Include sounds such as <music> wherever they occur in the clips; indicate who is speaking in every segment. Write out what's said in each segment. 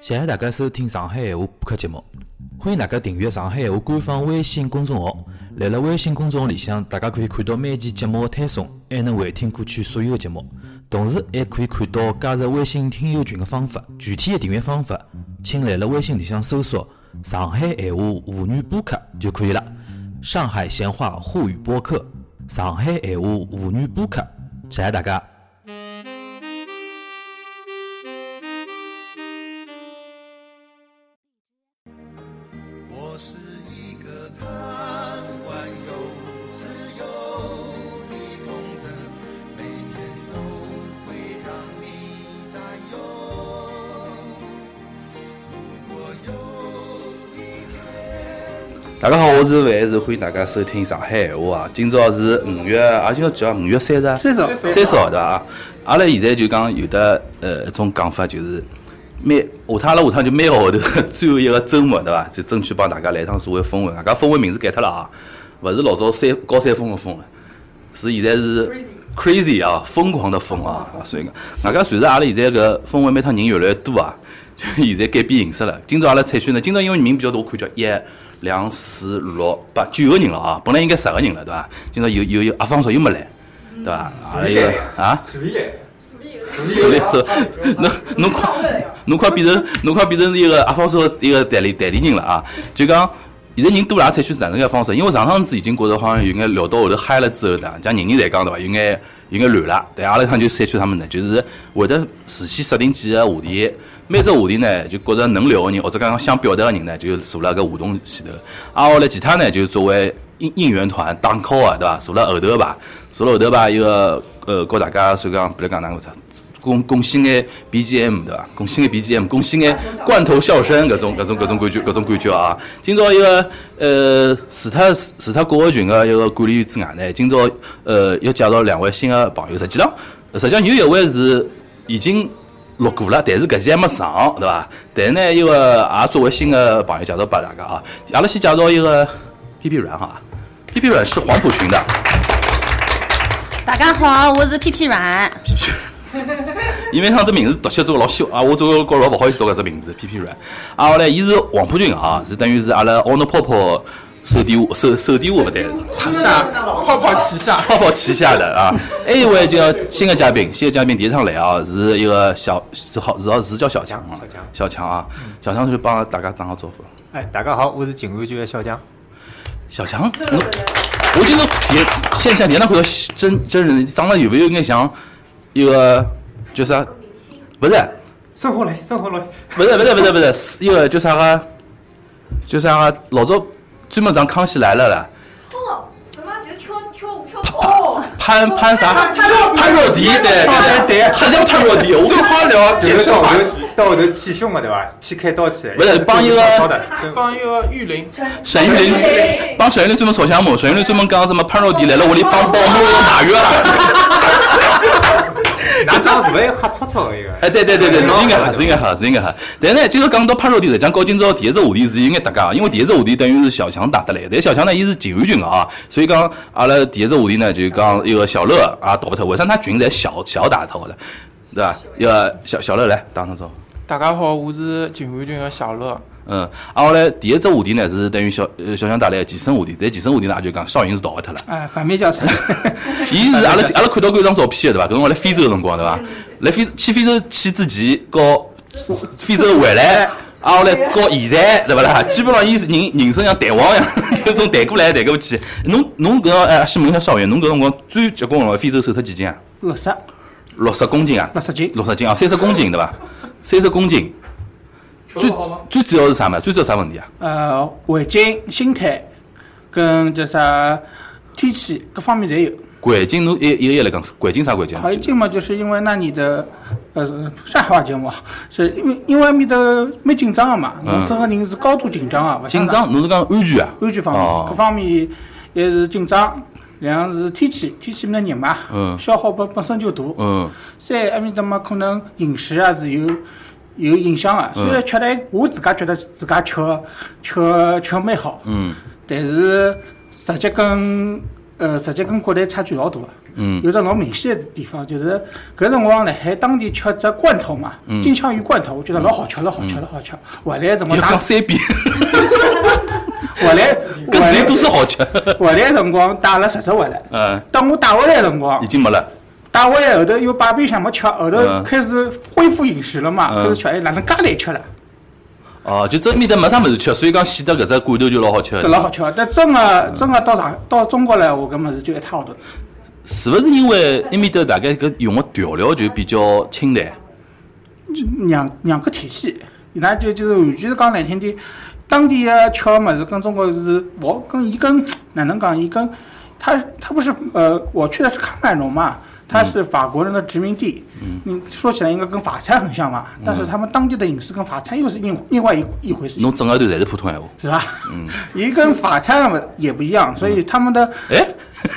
Speaker 1: 谢谢大家收听上海闲话播客节目，欢迎大家订阅上海闲话官方微信公众号。辣辣微信公众号里向，大家可以看到每期节目的推送，还能回听过去所有的节目，同时还可以看到加入微信听友群的方法。具体的订阅方法，请辣辣微信里向搜索“上海闲话沪语播客”就可以了。上海闲话沪语播客，上海闲话沪语播客，谢谢大家。
Speaker 2: 我是一个贪玩又自由的风筝，每天都会让你担忧。如果有一天，
Speaker 3: 大家好，我是范是欢迎大家收听上海闲话啊。今朝是五月，啊，今朝几号？五月三十啊，三十号，三十号对伐？啊阿拉现在就讲有的呃一种讲法就是，每下趟阿拉下趟就每个号头 <laughs> 最后一个周末对伐？就争取帮大家来一趟所谓峰会。大家峰会名字改脱了啊，勿是老早山高山峰个峰了。是现在是 crazy 啊，疯狂的疯啊，啊所以讲，外加随着阿拉现在搿氛围每趟人越来越多啊，就现在改变形式了。今朝阿拉采取呢，今朝因为人比较多，我看叫一、两、四、六、八九个人了啊，本来应该十个人了，对伐？今朝有有有阿方说又没来，对伐？阿拉一个啊，
Speaker 4: 手艺嘞，
Speaker 3: <laughs> 手里手，侬侬快侬快变成侬快变成是一个阿方说一个代理代理人了啊！就讲现在人多了，也采取是哪能介方式？因为上趟子已经觉着好像有眼聊到后头嗨了之后的，啊像人人侪讲对伐？有眼有眼乱了，但阿拉一趟就采取他们呢，就是会得事先设定几个话题，每只话题呢就觉着能聊个人或者讲想表达个人呢，就坐辣搿互动前头，啊，后来其他呢就作为。应应援团打 call 啊，对伐？坐辣后头吧，坐辣后头吧，一个呃，告大家所以讲，比如讲哪能讲，贡贡献眼 BGM 对伐？贡献眼 BGM，贡献眼罐头笑声搿种搿种搿种感觉搿种感觉啊！今朝一个呃，除脱除脱国学群个一个管理员之外呢，今朝呃要介绍两位新个朋友。实际上，实际上有一位是已经录过了，但是搿期还没上，对伐？但是呢，一个也作为新个朋友介绍拨大家啊。阿拉先介绍一个 PP 软哈，PP 软是黄埔群的。
Speaker 5: 大家好，我是屁屁软，
Speaker 3: 因为像这名字读起来之后老笑啊，我总觉着老勿好意思读搿只名字，屁屁软。啊，后来伊是黄埔军啊，是等于是阿拉奥诺泡泡手底下手手底下勿对，
Speaker 4: 旗下泡泡旗下，
Speaker 3: 泡泡旗下的啊。还有一位叫新的嘉宾，新的嘉宾第一趟来啊，是一个小是好是好是叫小强啊，小强啊，小强就帮大家打个招呼。
Speaker 4: 哎，大家好，我是静安局的小江，
Speaker 3: 小强，侬我今朝也线下年那看到真真人长得有没有眼像一个叫啥？勿是。
Speaker 4: 生活来，生活来，
Speaker 3: 勿是勿是勿是勿是，是一个叫啥个，叫啥个，老早专门上康熙来了啦，
Speaker 6: 哦，什么就跳跳跳哦，
Speaker 3: 潘潘啥潘若迪，对对对，很像潘若迪，我们好聊
Speaker 4: 这
Speaker 3: 健
Speaker 4: 个
Speaker 3: 身
Speaker 4: 到
Speaker 3: 话
Speaker 4: 后
Speaker 3: 题。
Speaker 4: 头到后头气胸了对伐？气开刀去，
Speaker 3: 不是帮一个
Speaker 4: 好的，
Speaker 7: <laughs> 放一个玉林，
Speaker 3: 沈玉琳帮沈玉琳专门炒项目，沈玉琳专门讲什么潘若迪来了屋里帮保姆买药了。
Speaker 4: 哪张是勿是黑戳戳的一个？
Speaker 3: 哎，对对对对，是应该吓，是应该吓，是应该吓。但是呢，今朝讲到潘若迪，实际上跟今朝第一只话题是有眼搭界，因为第一只话题等于是小强带得来，但小强呢，伊是静安群个啊，所以讲阿拉第一只话题呢，就是讲一个小乐也逃不脱，为啥他群侪小小打脱的，对伐？一个小小乐来打声招呼。
Speaker 7: 大家好，我是静安军的小乐。
Speaker 3: 嗯，啊，后来第一只话题呢是等于小呃小强带来个健身话题，但健身话题呢也就讲少云是逃勿脱了。
Speaker 7: 哎，反面教材。
Speaker 3: <laughs> 伊是阿拉阿拉看到过一张照片的对伐？搿辰光来非洲个辰光对伐？来非去非洲去之前，和非洲回 <laughs> 来，啊后来和现在对勿啦？基本上伊是人人生像弹簧一样， <laughs> 就从弹过来弹过去。侬侬搿个哎，先问一下邵云，侬搿辰光最结棍个辰光，非洲瘦脱几斤啊？
Speaker 8: 六十
Speaker 3: 六十公斤啊？
Speaker 8: 六十斤
Speaker 3: 六十斤啊？三十公斤对伐？三十公斤。最最主要是啥嘛？最主要啥问题啊？
Speaker 8: 呃，环境、心态跟叫啥天气各方面侪有。
Speaker 3: 环境侬一一个一个来讲，环境啥环境啊？
Speaker 8: 环境嘛，就是因为那里的呃上海话节目啊，是因为因为埃面的蛮紧张的嘛，侬整个人是高度紧张啊，勿像
Speaker 3: 紧张，侬是讲安全啊？
Speaker 8: 安全方
Speaker 3: 哦
Speaker 8: 面各方面也是紧张。两个是天气，天气蛮热嘛，
Speaker 3: 嗯
Speaker 8: 消耗本本身就大。
Speaker 3: 嗯
Speaker 8: 三埃面搭嘛，可能饮食也是有有影响的。
Speaker 3: 嗯
Speaker 8: 虽然吃的，我自家觉得自家吃吃吃蛮好，
Speaker 3: 嗯。
Speaker 8: 但是直接跟呃，实际跟国内差距老大个。嗯。有只老明显的地方，就是搿辰光辣海当地吃只罐头嘛，
Speaker 3: 嗯
Speaker 8: 金枪鱼罐头，我觉得老好吃，老好吃，老好吃。回来的辰光
Speaker 3: 要
Speaker 8: 打
Speaker 3: 讲，三遍，
Speaker 8: 回来回
Speaker 3: <laughs> 搿
Speaker 8: 来
Speaker 3: 谁都是好吃。
Speaker 8: 回来的辰光带了十只回来。
Speaker 3: 嗯，
Speaker 8: 当我带回来的辰光
Speaker 3: 已，经没了。
Speaker 8: 带回来后头又摆冰箱没吃，后头
Speaker 3: 嗯
Speaker 8: 开始恢复饮食了嘛，
Speaker 3: 嗯
Speaker 8: 开始吃，哎，哪能介来吃了？
Speaker 3: 哦，就这面搭没啥物事吃，所以讲显得搿只罐头就老好吃。
Speaker 8: 搿老好吃，但真个真个到上到中国来，我搿物事就一塌糊涂。
Speaker 3: 是勿是因为埃面搭大概搿用个调料就比较清淡？
Speaker 8: 两两个体系，伊拉就就是完全是讲难听点，当地的吃的么子跟中国是我跟伊跟哪能讲伊跟，他他不是呃，我去的是喀麦隆嘛，它是法国人的殖民地，嗯，你说起来应该跟法餐很像嘛，但是他们当地的饮食跟法餐又是另另外一一回事情，
Speaker 3: 侬整个头侪是普通
Speaker 8: <laughs>
Speaker 3: 闲话。
Speaker 8: 是吧？嗯，伊跟法餐嘛也不一样，所以他们的。
Speaker 3: 哎，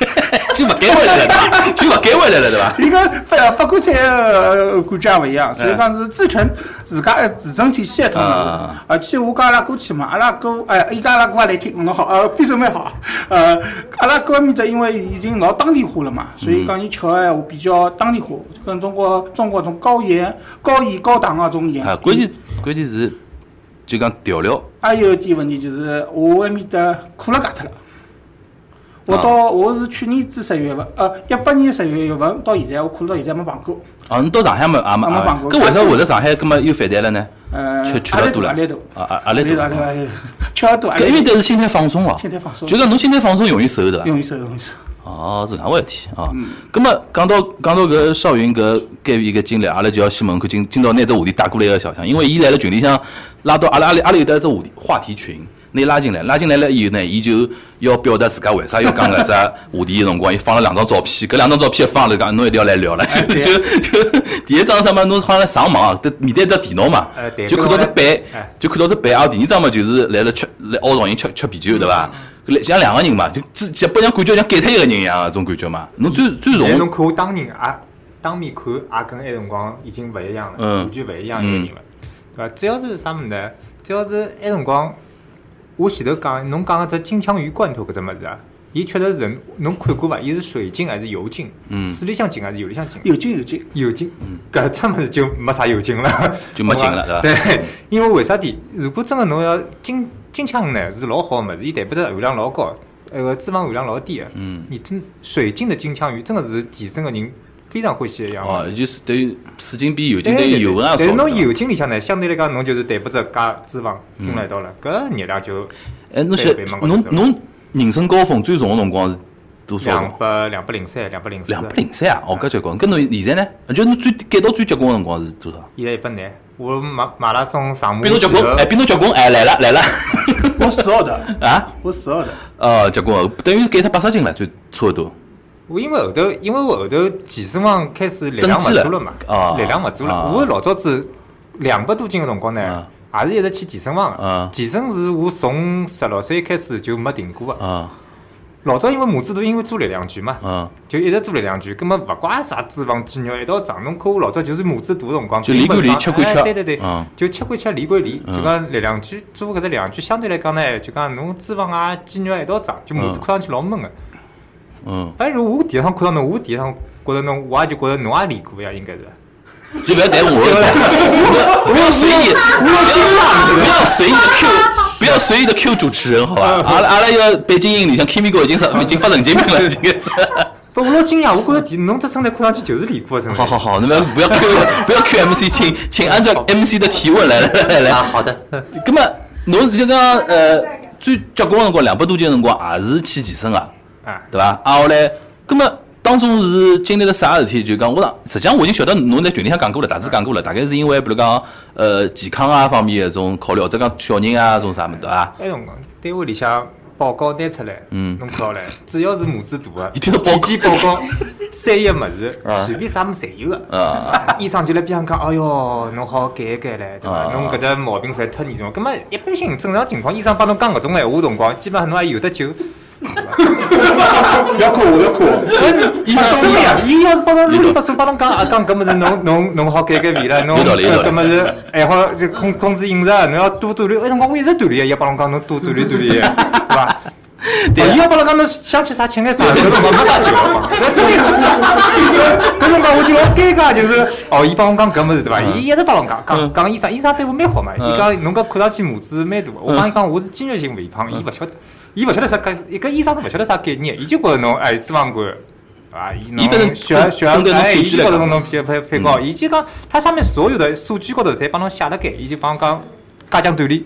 Speaker 3: <laughs> 就勿该回来
Speaker 8: <laughs>
Speaker 3: 了，就勿该回来了，对伐？
Speaker 8: 伊个法法国菜的呃感觉也勿一样，
Speaker 3: 哎
Speaker 8: 所以讲是自成自家的自成体系一套物事
Speaker 3: 啊。
Speaker 8: 而且我跟阿拉哥去嘛，阿拉哥哎，伊家阿拉哥也来听，侬好，呃，非常蛮好。呃，阿拉哥面搭因为已经老当地化了嘛，所
Speaker 3: 嗯
Speaker 8: 以讲伊吃的闲话比较当地化，跟中国中国种高盐、高盐、高糖啊种盐。
Speaker 3: 啊，关键关键是就讲调料，
Speaker 8: 还有一点问题就是，我埃面搭苦了噶脱了。我
Speaker 3: 啊
Speaker 8: 到我是去年子十月份，呃，一八年十月份到现在，我苦了到现在没碰过。
Speaker 3: 哦，侬到上海没也没
Speaker 8: 啊
Speaker 3: 啊
Speaker 8: 没碰过
Speaker 3: 搿为啥回了上海，搿么又反弹了呢？
Speaker 8: 呃
Speaker 3: 吃吃了多了，
Speaker 8: 压力大
Speaker 3: 啊啊，压力大
Speaker 8: 阿力。大， <laughs> 吃得多，阿
Speaker 3: 搿因
Speaker 8: 力
Speaker 3: 为都是心态放松哦，
Speaker 8: 心态放松
Speaker 3: 就讲侬心态放松容易瘦，对伐？
Speaker 8: 容易受，容易受。
Speaker 3: 哦，是搿能回事体啊。咁么讲到讲到搿少云搿减肥搿经历，阿拉就要先问看今今朝拿只话题带过来个小强，因为伊来了群里向拉到阿拉阿拉阿拉有得一只话题话题群，拿伊拉进来，拉进来了以后呢，伊就要表达自家为啥要讲搿只话题个辰光，伊放了两张照片，搿两张照片一放了讲侬一定要来聊了，就
Speaker 4: 对
Speaker 3: 就第一张啥嘛，侬好像上网啊，得面对一只电脑嘛
Speaker 4: 哎，对
Speaker 3: 就看到只板
Speaker 4: 哎，
Speaker 3: 就看到只板，啊，第二张嘛就是来了吃来凹造型吃吃啤酒对伐？来像两个人嘛，就只就不像感觉像改脱一个人一样，啊种感觉嘛。侬最最
Speaker 4: 现
Speaker 3: 容
Speaker 4: 在哎侬
Speaker 3: 易
Speaker 4: 看我当人也当面看也跟埃辰光已经勿一样了，
Speaker 3: 嗯
Speaker 4: 完全勿一样一个人了，对伐？主要是啥物事呢？主要是埃辰光，我前头讲侬讲个只金枪鱼罐头搿只物事啊，伊确实是侬看过伐？伊是水晶还是油精？
Speaker 3: 嗯
Speaker 4: 水里向进还是油里向进？
Speaker 8: 有劲有劲，
Speaker 4: 有劲，搿只物事就没啥有劲了，
Speaker 3: <laughs> 就没劲
Speaker 4: <laughs>
Speaker 3: 了
Speaker 4: 好吧
Speaker 3: 对
Speaker 4: 对，因为为啥体？如果真个侬要金金枪呢，是老好个物事，伊蛋白质含量老高，那个脂肪含量老低个。
Speaker 3: 嗯，
Speaker 4: 你真水晶的金枪鱼，真个是健身个人非常欢喜个样
Speaker 3: 哦
Speaker 4: 物，事。
Speaker 3: 就是对于水晶比油
Speaker 4: 哎对
Speaker 3: 精对于油啊分也
Speaker 4: 但是
Speaker 3: 少
Speaker 4: 侬
Speaker 3: 了。
Speaker 4: 油精里向呢，相对来讲，侬就是蛋白质加脂肪
Speaker 3: 嗯
Speaker 4: 用了一道了，搿热量就
Speaker 3: 哎，侬晓
Speaker 4: 对对
Speaker 3: 侬
Speaker 4: 对
Speaker 3: 侬人生高峰最重个辰光是多少辰
Speaker 4: 两
Speaker 3: 光？
Speaker 4: 百两百零三、两百零四、
Speaker 3: 两百零三啊！哦，搿结棍。跟侬现在呢？就侬最减到最结棍个辰光是多少？
Speaker 4: 现在一百廿。我马马拉松上马
Speaker 3: 比侬结棍，哎，比侬结棍，哎，来了来了
Speaker 8: 我死号头，
Speaker 3: <laughs> 啊！
Speaker 8: 我死号头。
Speaker 3: 哦，结棍等于减脱八十斤了，最差不多。
Speaker 4: 我因为后头，因为我后头健身房开始力量勿
Speaker 3: 增肌
Speaker 4: 足
Speaker 3: 了
Speaker 4: 了嘛
Speaker 3: 啊，
Speaker 4: 力量勿足
Speaker 3: 啊
Speaker 4: 了。我老早子两百多斤个辰光呢
Speaker 3: 啊，
Speaker 4: 也是一直去健身房
Speaker 3: 啊
Speaker 4: 个。健身是我从十六岁开始就没停过个。
Speaker 3: 啊
Speaker 4: 老早因为母子都因为做力量拳嘛，
Speaker 3: 啊！
Speaker 4: 就一直做力量拳，根本勿怪啥脂肪肌肉一道长。侬看我老早就是母子大个辰光，
Speaker 3: 就离归离
Speaker 4: 根本
Speaker 3: 吃归
Speaker 4: 哎
Speaker 3: 吃
Speaker 4: 对对对
Speaker 3: 嗯，
Speaker 4: 就吃归吃，离归离。
Speaker 3: 嗯
Speaker 4: 就讲力量拳做搿只力量拳，相对来讲呢，就讲侬脂肪啊肌肉一道长，就母
Speaker 3: 嗯
Speaker 4: 子看上去老闷个。
Speaker 3: 嗯，
Speaker 4: 哎，如果我第一趟看到侬，我第一趟觉着侬，我也就觉着侬也练过呀，应该是。
Speaker 3: 就不要带我了，不要随意，不要不要随意的 Q，不要随意的 Q 主持人，好吧？阿拉阿拉要北京英里向 Kimi 哥已经是已经发神经病了，已经是。
Speaker 4: 不，我老惊讶，我觉着第侬这身材看上去就是练过的身材。
Speaker 3: 好好好，你们不要 Q 不要 Q MC，请请按照 MC 的提问来来来来。啊好的。那么侬就讲呃，最结棍的辰光两百多斤的辰光也是去健身啊，
Speaker 4: 啊，
Speaker 3: 对伐？啊，后来，那么当中是经历了啥事体？就讲我上，实际上我已经晓得侬在群里向讲过了，大致讲过了，大概是因为比如讲呃健康啊方面的一种考虑，或者讲小人啊种啥么子啊。
Speaker 4: 埃辰光哎单位里向报告拿出来，
Speaker 3: 嗯
Speaker 4: 侬看好唻，只要是母子大个，
Speaker 3: <laughs> 一听到报告
Speaker 4: 体检报告，
Speaker 3: <laughs>
Speaker 4: 三页物事
Speaker 3: 啊，
Speaker 4: 随便啥物事侪有个。
Speaker 3: 啊，
Speaker 4: 医生就辣边上讲，哎哟，侬好好改一改唻，对
Speaker 3: 啊
Speaker 4: 伐？侬搿只毛病实在太严重了。葛末一般性正常情况，医生帮侬讲搿种闲话辰光，基本上侬还有得救。
Speaker 8: 不要看我，不要看我。
Speaker 3: 医生
Speaker 4: 真的呀，伊要是帮侬啰里吧嗦帮侬讲啊讲搿物事，侬侬侬好改改味了，侬
Speaker 3: 有道理有道理
Speaker 4: 搿物事还好就控控制饮食，侬要多锻炼。哎，辰光我一直锻炼，伊也帮侬讲侬多锻炼锻炼，对伐？
Speaker 3: 对
Speaker 4: 伊
Speaker 3: 啊
Speaker 4: 要帮拉讲侬想吃啥吃眼啥，搿辰光没啥酒了嘛。那真的，搿辰光我就老尴尬，就是哦，伊帮我讲搿物事对伐？伊一直帮我讲，讲讲医生，医生对我蛮好嘛。
Speaker 3: 嗯
Speaker 4: 伊讲侬搿看上去母子蛮大，我帮伊讲我是惊厥性肥胖，伊勿晓得，伊勿晓得啥搿一个医生都勿晓得啥概念，伊就觉着侬哎脂肪肝。啊，伊侬
Speaker 3: 伊反正
Speaker 4: 血压血压
Speaker 3: 针对侬
Speaker 4: 哎，
Speaker 3: 数
Speaker 4: 伊
Speaker 3: 据
Speaker 4: 就
Speaker 3: 来
Speaker 4: 觉
Speaker 3: 讲
Speaker 4: 着侬偏偏
Speaker 3: 嗯
Speaker 4: 偏高，伊就讲他上面所有的数据高头侪帮侬写了盖，伊就帮我讲加强锻炼、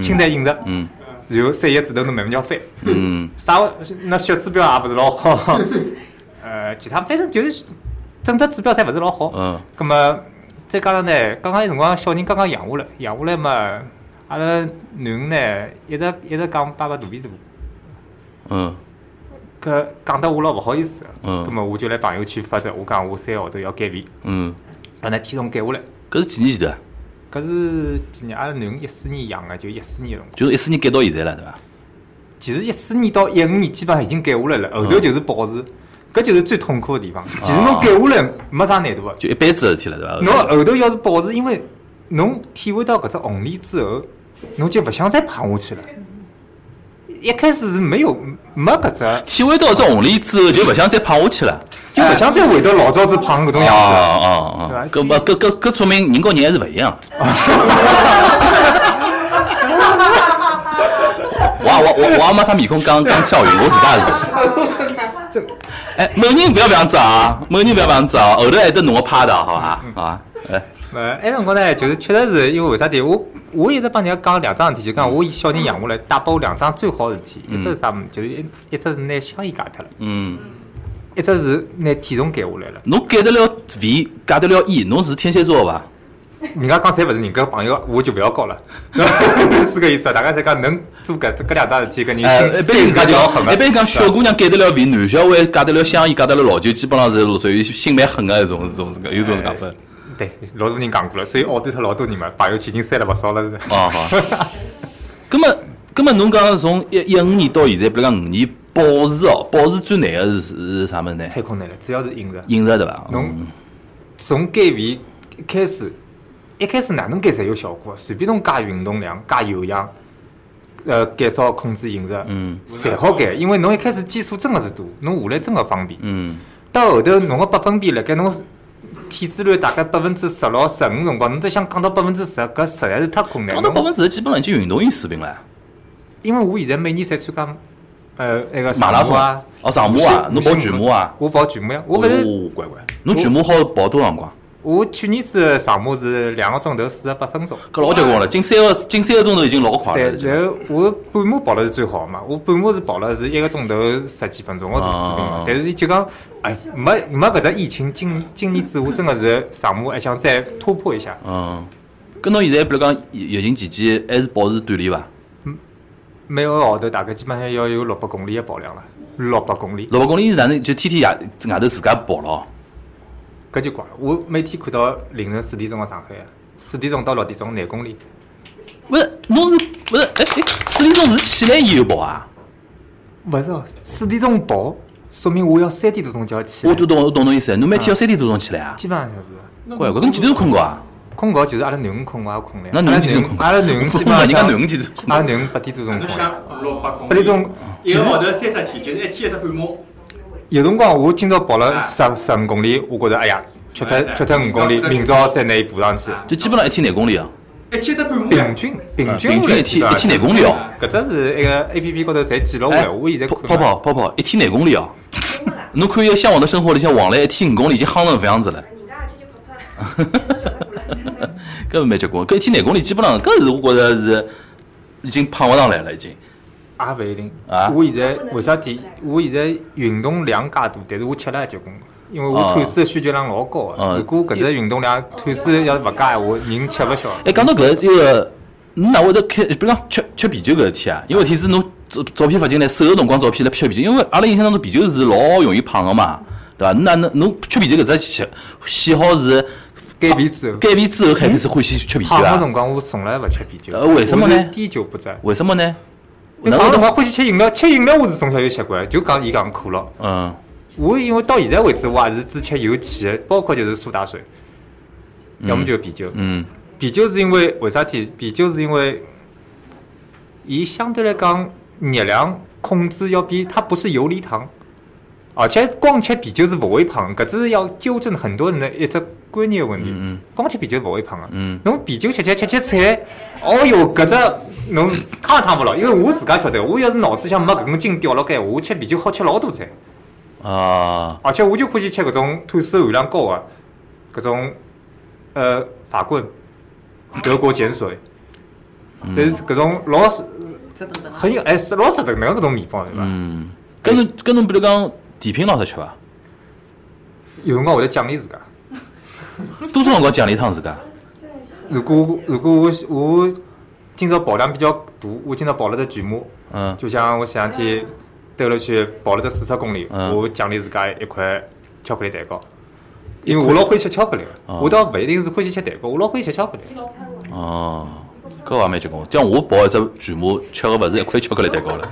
Speaker 4: 清淡饮食，
Speaker 3: 嗯
Speaker 4: 然后三页纸头侬慢慢叫翻。
Speaker 3: 嗯，
Speaker 4: <laughs> 啥那血指标也勿是老
Speaker 3: <laughs>
Speaker 4: 好，呃，其他反正就是整只指标侪勿是老好。
Speaker 3: 嗯。
Speaker 4: 咁么再加上呢，刚刚有辰光小人刚刚养下来，养下来嘛，阿拉囡恩呢一直一直讲爸爸肚皮大，
Speaker 3: 嗯
Speaker 4: 搿讲得我老勿好意思。
Speaker 3: 嗯
Speaker 4: 咁么我就来朋友圈发着，我讲我三个号头要减肥，
Speaker 3: 嗯，
Speaker 4: 然后呢体重减下来。
Speaker 3: 搿是几年前头啊？
Speaker 4: 搿是今年阿拉囡恩一四年养个，就一四年个辰光。
Speaker 3: 就是一四年改到现在了，对伐？
Speaker 4: 其实一四年到一五年基本上已经减下来了，后头就是保持，搿就是最痛苦的地方。其实侬减下来没啥难度个，
Speaker 3: 就一辈子的事体了，对伐？
Speaker 4: 侬后头要是保持，因为侬体会到搿只红利之后，侬就勿想再胖下去了。一开始是没有没搿只，
Speaker 3: 体会到这红利之后，就勿想再胖下去了。
Speaker 4: 就勿想再回到老早子胖搿种
Speaker 3: 哦
Speaker 4: 样子了。
Speaker 3: 哦哦，搿么搿搿搿说明人和人还是勿一样。我我我我也没啥面孔讲讲笑语，我自家是。哎，某人不要搿样子啊！某人不要搿样子啊！后头还得侬个趴的，好伐？好伐？哎，
Speaker 4: 呃，埃辰光呢，就是确实是因为为啥体？我我一直帮人家讲两桩事体，就
Speaker 3: 嗯
Speaker 4: 讲我小人养下来，带拨我两桩最好的事体，一只是啥物事，就是一一只是拿香烟戒脱了，
Speaker 3: 嗯，
Speaker 4: 一只是拿体重减下来了。
Speaker 3: 侬改得了肥，改得了烟，侬是天蝎座伐？嗯
Speaker 4: 人家讲侪勿是人搿朋友，我就勿要
Speaker 3: <laughs>
Speaker 4: 交了，是搿意思啊。大家侪讲能做搿搿两桩事体，搿
Speaker 3: 哎，
Speaker 4: 人
Speaker 3: 一
Speaker 4: 心
Speaker 3: 般
Speaker 4: 对
Speaker 3: 人
Speaker 4: 自家
Speaker 3: 讲
Speaker 4: 就老狠
Speaker 3: 一
Speaker 4: 了。
Speaker 3: 般讲小姑娘戒得了肥，男小孩戒得了香烟，戒得了老酒，基本上是属于心蛮狠个一种，一种这个有
Speaker 4: 哎
Speaker 3: 种讲法。
Speaker 4: 对，老多人讲过了，所以傲对脱老多人嘛，朋友圈已经删了勿少了。是
Speaker 3: 哦，好。 <laughs> 咁么，咁么，侬讲从一一五年到现在，比如讲五年，保持哦，保持最难个是是啥物事呢？
Speaker 4: 太困难了，主要是饮食。
Speaker 3: 饮食对伐？
Speaker 4: 侬从减肥一开始，一开始哪能减侪有效果，随便侬加运动量、加有氧，呃，减少控制饮食，
Speaker 3: 嗯，
Speaker 4: 侪好减。因为侬一开始基数真个是多，侬下来真个方便。
Speaker 3: 嗯
Speaker 4: 到后头侬个百分比辣盖侬体脂率大概百分之十六、十五辰光，侬再想降到百分之十，搿实在是太困
Speaker 3: 嗯，
Speaker 4: 难。
Speaker 3: 讲到
Speaker 4: 侬
Speaker 3: 百分之十，基本上已经运动员水平了。
Speaker 4: 因为我现在每年侪参加，呃，那个
Speaker 3: 马拉松
Speaker 4: 啊，
Speaker 3: 哦，长马啊，
Speaker 4: 五
Speaker 3: 侬
Speaker 4: 星
Speaker 3: 跑全马啊？
Speaker 4: 我跑全马呀，我
Speaker 3: 哦
Speaker 4: 勿是，
Speaker 3: 乖乖，侬全马好跑多少辰光？
Speaker 4: 我去年子上马是两个钟头四十八分钟。
Speaker 3: 搿老结棍了，近三个近三个钟头已经老快
Speaker 4: 对
Speaker 3: 了，已，经
Speaker 4: 然后我半马跑了是最好嘛，我半马是跑了是一个钟头十几分钟，我是水平
Speaker 3: 啊
Speaker 4: 嘛。但是就讲，哎，没没搿只疫情，今今年子我真个是上马还想再突破一下。
Speaker 3: 嗯，跟侬现在比如讲疫疫情期间还是保持锻炼伐？
Speaker 4: 每个号头大概基本上要有六百公里的跑量了，六百公里，
Speaker 3: 六百公里是哪能就天天夜外头自家跑咯？
Speaker 4: 搿就怪了。我每天看到凌晨四点钟的上海啊，四点钟到六点钟廿公里，
Speaker 3: 勿是，侬是勿是？哎哎，四点钟是起来以后跑啊？
Speaker 4: 勿是哦，四点钟跑，说明我要三点多钟就要起来
Speaker 3: 我，都懂，我懂侬意思。侬每天要三点多钟起来啊？
Speaker 4: 基本上就是。
Speaker 3: 乖，搿侬几点钟困觉啊？
Speaker 4: 困觉就是阿拉囡恩困，我也困了。
Speaker 3: 那囡恩几点钟困
Speaker 4: 阿拉囡恩基本
Speaker 3: 人
Speaker 4: 上
Speaker 3: 家囡恩几点钟困
Speaker 4: 阿拉囡恩八点多钟
Speaker 9: 侬
Speaker 4: 困。
Speaker 9: 想六百公
Speaker 4: 八点
Speaker 9: 里，
Speaker 4: 钟，
Speaker 9: 一个号头三十天，就是一天一只半马。
Speaker 4: 有辰光我今朝跑了十十五公里，我觉着哎呀，缺脱缺脱五公里，明朝再拿伊补上去。
Speaker 3: 就基本上一天廿公里啊，
Speaker 9: 一天一只半马
Speaker 4: 平
Speaker 9: 呀，
Speaker 4: 均平均
Speaker 3: 平
Speaker 4: 我
Speaker 3: 均
Speaker 4: 来
Speaker 3: 一
Speaker 4: 记得
Speaker 3: 天一天廿公里哦。
Speaker 4: 搿只是一个 A P P 高头侪记录下
Speaker 3: 哎
Speaker 4: 来，哦我现在
Speaker 3: 泡
Speaker 4: 看
Speaker 3: 泡
Speaker 4: 嘛
Speaker 3: 泡泡泡，一天廿公里哦。侬看一个向往的生活里向往来一天五公里已经夯成搿样子了，
Speaker 6: 人家也就跑跑，
Speaker 3: 搿蛮结棍。搿一天廿公里基本上搿是我觉着是已经胖勿上来了，已经。
Speaker 4: 也勿一定
Speaker 3: 啊。
Speaker 4: 我现在为啥体？我现在运动量介大，但是我吃了也结棍，因为
Speaker 3: 哦
Speaker 4: 我碳水需求量老高
Speaker 3: 啊
Speaker 4: 个。如果搿只运动量碳水要是勿加闲话，人吃勿消。
Speaker 3: 哎，讲到搿一个，侬哪会得开？比如讲吃吃啤酒搿事体啊，因为事体是侬照照片发进来，手个辰光照片来吃啤酒，因为阿拉印象当中啤酒是老容易胖个嘛，对伐？侬哪能侬吃啤酒搿只喜喜好是
Speaker 4: 减肥之后，
Speaker 3: 减肥之后开始欢喜吃啤酒
Speaker 4: 胖个辰
Speaker 3: 啊？
Speaker 4: 光我从来勿吃啤酒。
Speaker 3: 呃为什么呢
Speaker 4: 我是滴酒不沾。
Speaker 3: 为什么呢？
Speaker 4: 因
Speaker 3: 哪会
Speaker 4: 为胖个辰
Speaker 3: 得
Speaker 4: 光欢喜吃饮料，吃饮料我是从小有习惯，就讲伊讲可乐。
Speaker 3: 嗯，
Speaker 4: 我因为到现在为止，我也是只吃有气的，包括就是苏打水，要么就是啤酒。
Speaker 3: 嗯，
Speaker 4: 啤酒是因为为啥体？啤酒是因为，伊相对来讲热量控制要比它不是游离糖，而且光吃啤酒是不会胖，搿只是要纠正很多人的一只观念问题。
Speaker 3: 嗯
Speaker 4: 光吃啤酒不会胖啊。
Speaker 3: 嗯
Speaker 4: 侬啤酒吃吃吃吃菜，哦哟，搿只侬趟也趟勿牢，因为我自家晓得，我要是脑子里向没搿根筋吊牢盖，我吃啤酒好吃老多菜，
Speaker 3: 啊，
Speaker 4: 而且我就欢喜吃搿种吐司含量高啊，搿种呃法棍、
Speaker 3: 哦
Speaker 4: 德国碱水，
Speaker 3: 嗯
Speaker 4: 就是搿种老很有哎是老实诚的搿种面包，对伐？
Speaker 3: 嗯，跟
Speaker 4: 哎
Speaker 3: 侬跟侬比如讲甜品老啥吃伐？
Speaker 4: 有辰光会得奖励自家。嗯
Speaker 3: 多少辰光奖励一趟自家？
Speaker 4: 如果如果我我今朝跑量比较大，我今朝跑了只全马。
Speaker 3: 嗯，
Speaker 4: 就像我前两天兜了去跑了这四十公里，
Speaker 3: 嗯
Speaker 4: 我奖励自家一块巧克力蛋糕，因为我老欢喜吃巧克力的，
Speaker 3: 哦
Speaker 4: 我倒不一定是欢喜吃蛋糕，我老欢喜吃巧克力。
Speaker 3: 哦，搿也蛮结棍。像我跑一只全马，吃个勿是一块巧克力蛋糕了。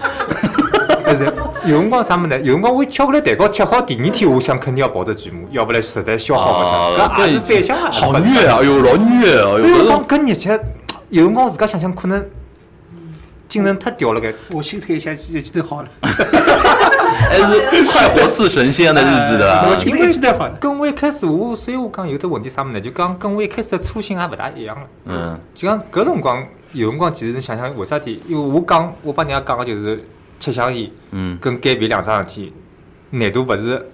Speaker 4: 但是有辰光啥么呢？有辰光我巧克力蛋糕吃好，第二天我想肯定要跑只全马，要不然实在消耗勿
Speaker 3: 啊
Speaker 4: 掉，，搿也是反向啊
Speaker 3: 好虐啊！哎呦，老虐啊！哎
Speaker 4: 所以
Speaker 3: 呦，
Speaker 4: 我讲搿日节，有辰光自家想想可能精神太掉了该。
Speaker 8: 我心态一下记记得好了，
Speaker 3: 还是
Speaker 4: <laughs>
Speaker 3: 快活似神仙的日子
Speaker 4: 哎
Speaker 3: 的
Speaker 8: 我
Speaker 3: 啊。
Speaker 8: 心态记得好了。
Speaker 4: 跟我一开始我，所以我讲有只问题啥么呢？就讲跟我一开始的初心也勿大一样了。
Speaker 3: 嗯
Speaker 4: 就讲搿辰光，有辰光其实侬想想为啥体？因为我讲，我帮人家讲个就是吃香烟
Speaker 3: 嗯
Speaker 4: 跟减肥两桩事体，难度勿是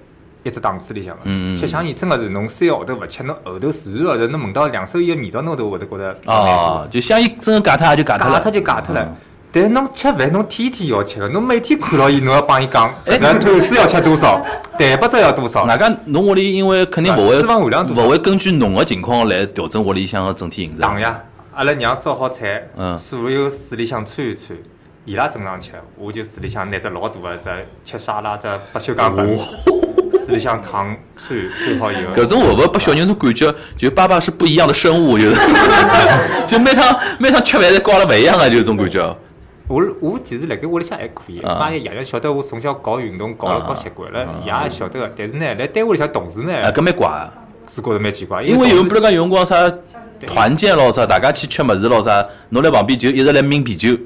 Speaker 4: 一只档次里向
Speaker 3: 嗯嗯
Speaker 4: 个。吃香烟真个是侬三个号头勿吃，侬后头自然而然侬闻到两手烟个味道，侬都会得觉得
Speaker 3: 啊，就香烟真的戒脱也就戒脱
Speaker 4: 戒
Speaker 3: 了，嗯
Speaker 4: 脱就戒脱了。但是侬吃饭，侬天天要吃个，侬每天看牢伊，侬要帮伊讲，
Speaker 3: 哎
Speaker 4: 搿只吐司要吃多少，蛋白质要多
Speaker 3: 嗯。。
Speaker 4: 少
Speaker 3: 外加侬屋里因为肯定勿会
Speaker 4: 啊脂肪含量多
Speaker 3: 勿会根据侬个情况来调整屋里向个整体饮食。
Speaker 4: 糖呀，阿拉娘烧好菜，
Speaker 3: 嗯
Speaker 4: 所有水里向穿一穿，伊拉正常吃，我就水里向拿只老大个只吃沙拉只白锈钢板， <laughs> 水里向糖穿穿好以后，
Speaker 3: 哦搿种会勿会拨小人种感觉，就爸爸是不一样的生物，就是 <laughs> 就每趟每趟吃饭侪搞了勿一样个，啊就是种感觉。
Speaker 4: 我我其实辣盖屋里向还可以，
Speaker 3: 啊
Speaker 4: 妈呀，爷娘晓得我从小搞运动搞了搞习惯了，爷也晓得个，但是呢，辣单位里向同事呢
Speaker 3: 啊，搿蛮怪啊，
Speaker 4: 是觉着蛮奇怪，
Speaker 3: 因为
Speaker 4: 同
Speaker 3: 有
Speaker 4: 事
Speaker 3: 比如讲有辰光啥团建咯啥，大家去吃物事咯啥，侬辣旁边就一直辣抿啤酒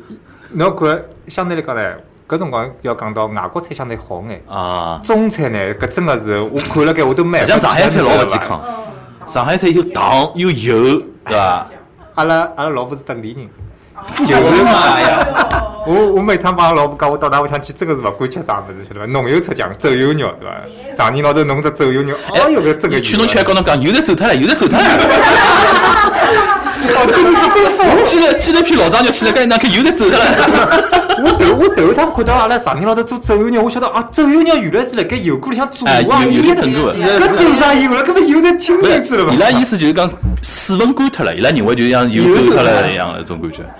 Speaker 4: 侬看相对来讲呢，搿辰光要讲到外国菜相对好眼。
Speaker 3: 啊。
Speaker 4: 中餐呢，搿真个是我看了盖我都蛮。
Speaker 3: 实际上上海菜老勿健康，哎上海菜有糖有油，对伐？
Speaker 4: 阿拉阿拉老婆是本地人，就是
Speaker 3: 哎
Speaker 4: 嘛呀！我我每趟帮阿拉老婆讲，我到㑚屋里向去，真个是勿管吃啥物事，晓得伐？浓油赤酱、走油肉，对伐？上年老头弄只走油肉，哎哟，搿真个
Speaker 3: 你去侬吃，跟侬讲，有啊的走脱了，有的走脱了。 <laughs> 我记得记得批老张就去了，跟那看有的走脱了。
Speaker 4: 我头我头一趟看到阿拉上年老头做走油肉，我晓得啊，走油肉原来是辣盖油锅里向做
Speaker 3: 哎，
Speaker 4: 啊，
Speaker 3: 有有
Speaker 4: 腌
Speaker 3: 的
Speaker 4: 的
Speaker 3: 疼过的。
Speaker 4: 搿走啥油了？搿不油侪清
Speaker 3: 不
Speaker 4: 进去了
Speaker 3: 是，
Speaker 4: 伐
Speaker 3: 伊？拉意思就是讲水分干脱了，伊拉认为就像油走脱了一样的这种感觉。 <laughs>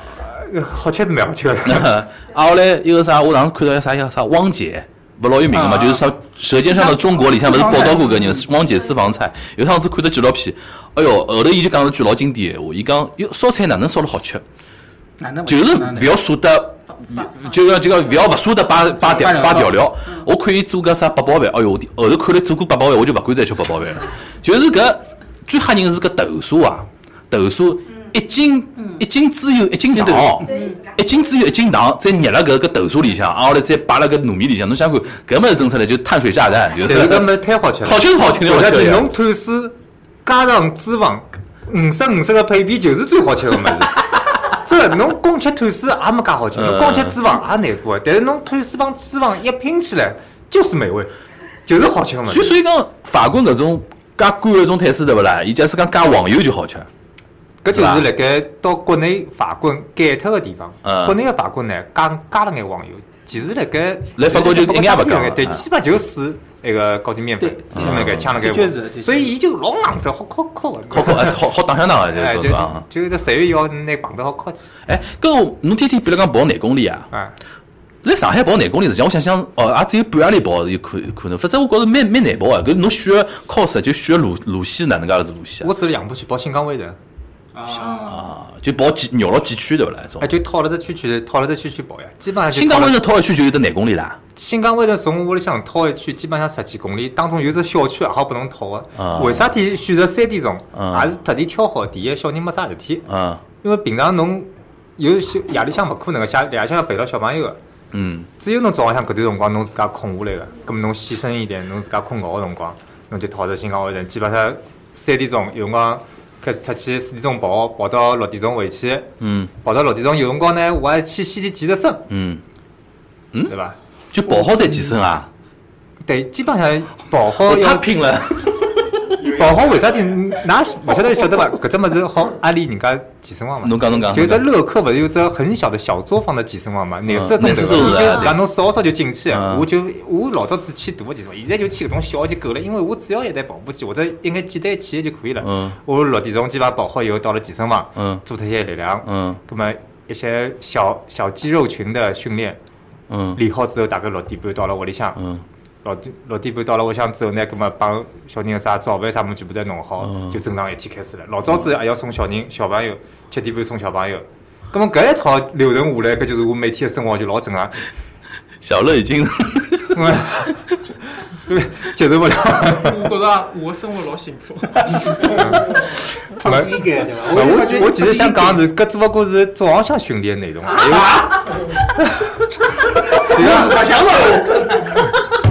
Speaker 4: 呃好吃是蛮好吃的，
Speaker 3: 啊，后来一个啥，我上次看到一个啥叫啥汪姐，不老有名个嘛，就是啥《舌尖上的中国》里啊向勿是报道过搿人汪姐私房菜。有趟子看只纪录片，哎哟，后头伊就讲了句老经典的闲话，伊讲哟烧菜哪能烧了好吃，
Speaker 8: 哪能
Speaker 3: 就是勿要舍得。就要就要勿要勿舍得摆摆调摆调料，我看伊做个啥八宝饭，哎哟，我的后头看了做过八宝饭，我就勿敢再吃八宝饭了。就是搿最吓人是搿豆沙啊，豆沙一斤一斤只有一斤糖，一斤只有一斤糖，再捏辣搿个豆沙里向，挨下来再摆辣搿糯米里向，侬想看搿么子整出来就是碳水炸弹，就
Speaker 4: 但是
Speaker 3: 是
Speaker 4: 搿么太好吃了。
Speaker 3: 好吃是好听的，
Speaker 4: 我
Speaker 3: 我
Speaker 4: 下
Speaker 3: 晓
Speaker 4: 去，
Speaker 3: 得
Speaker 4: 侬。吐司加上脂肪，五十五十个配比就是最好吃个物事。 <laughs> 这侬光吃吐司也没介好吃，侬光吃
Speaker 3: 嗯
Speaker 4: 脂肪也难过。但是侬吐司帮脂肪一拼起来，就是美味，就是好吃个物
Speaker 3: 所以
Speaker 4: 事。
Speaker 3: 所以讲法国搿种加干个种态势对勿啦？伊假使讲加黄油就好吃，
Speaker 4: 搿就是
Speaker 3: 是吧
Speaker 4: 辣盖到国内法棍改脱个地方
Speaker 3: 嗯。
Speaker 4: 国内个法棍呢，加加了眼黄油，其实辣盖
Speaker 3: 来法国就一眼不加
Speaker 4: 对，
Speaker 3: 嗯
Speaker 4: 基本就是水那个搞点面粉，
Speaker 8: 对
Speaker 4: 那么个呛了盖
Speaker 8: 的确是的
Speaker 4: 黄，
Speaker 8: 确是
Speaker 4: 所以伊就老硬质，好啊烤烤个。
Speaker 3: 烤烤哎好好打相打个，
Speaker 4: 哎，
Speaker 3: 就是
Speaker 4: 就
Speaker 3: 说啊。
Speaker 4: 就这十月一号拿棒子好敲起，
Speaker 3: 哎，搿我侬天天比如讲跑廿公里啊，
Speaker 4: 啊，
Speaker 3: 来上海跑廿公里，实际上我想想，哦，也只有半夜里跑有可可能，否则我觉着蛮蛮难跑啊个。搿侬选个 course 就选个路路线哪能介是路线
Speaker 4: 我是杨浦去跑新港卫城，
Speaker 3: 啊？就跑几绕了几圈对勿啦？一种
Speaker 4: 哎，就套了只圈圈，套了只圈圈跑呀，基本上就
Speaker 3: 新疆
Speaker 4: 套
Speaker 3: 温
Speaker 4: 了
Speaker 3: 是套一圈就有得廿公里啦。
Speaker 4: 新港卫城从我屋里向套一圈，基本上十几公里，当中有只小区也好不能套
Speaker 3: 啊
Speaker 4: 的，为啥体选择三点钟？
Speaker 3: 啊
Speaker 4: 也是特地挑好，第一小人没啥事体，
Speaker 3: 嗯
Speaker 4: 因为平常侬有些夜里向勿可能个，夜夜里向要陪牢小朋友个。啊
Speaker 3: 嗯，
Speaker 4: 只有侬早浪向搿段辰光侬自家空下来个，葛末侬牺牲一点，侬自家困觉个辰光，侬就讨着新疆学人，基本上三点钟有辰光开始出去，四点钟跑，跑到六点钟回去，
Speaker 3: 嗯
Speaker 4: 跑到六点钟有辰光呢，我还去西天健个身，
Speaker 3: 嗯，
Speaker 4: 对伐？
Speaker 3: 就跑好再健身啊，
Speaker 4: 对，基本上跑好
Speaker 3: <laughs> 我太
Speaker 4: 哦要
Speaker 3: 拼了， <laughs>
Speaker 4: 跑好为啥体？㑚勿晓得晓得伐？搿只物事好安利人家健身房嘛。
Speaker 3: 侬讲侬讲
Speaker 4: 就只乐客勿是有只很小的小作坊的健身房嘛，
Speaker 3: 嗯
Speaker 4: 廿四个钟
Speaker 3: 廿
Speaker 4: 头
Speaker 3: 四
Speaker 4: 的，
Speaker 3: 个
Speaker 4: 你
Speaker 3: 钟头
Speaker 4: 就
Speaker 3: 的
Speaker 4: 自家侬少少就进去
Speaker 3: 嗯。
Speaker 4: 我就我老早子去大个健身房，现在就去搿种小的就够了，因为我只要一台跑步机或者一眼简单的器械就可以了。
Speaker 3: 嗯
Speaker 4: 我六点钟基本上跑好以后到了健身房，
Speaker 3: 嗯
Speaker 4: 做脱一些力量，
Speaker 3: 嗯
Speaker 4: 葛么一些小小肌肉群的训练，
Speaker 3: 嗯
Speaker 4: 练好之后大概六点半到了屋里向，
Speaker 3: 嗯
Speaker 4: 六点六点半到了屋里向之后呢，葛么帮小人啥早饭啥么全部侪弄好
Speaker 3: 嗯，
Speaker 4: 就正常一天开始了。老早子还要送小人小朋友，七点半送小朋友。葛么搿一套流程下来，搿就是我每天的生活就老正常， <laughs>
Speaker 3: 小乐已经
Speaker 4: 接受不了。
Speaker 7: 我觉着我的生活老幸福。
Speaker 4: 没
Speaker 2: 应该对吧？
Speaker 4: 我我其实想讲的是，搿只不过是早浪向训练的内容啊。
Speaker 3: <laughs>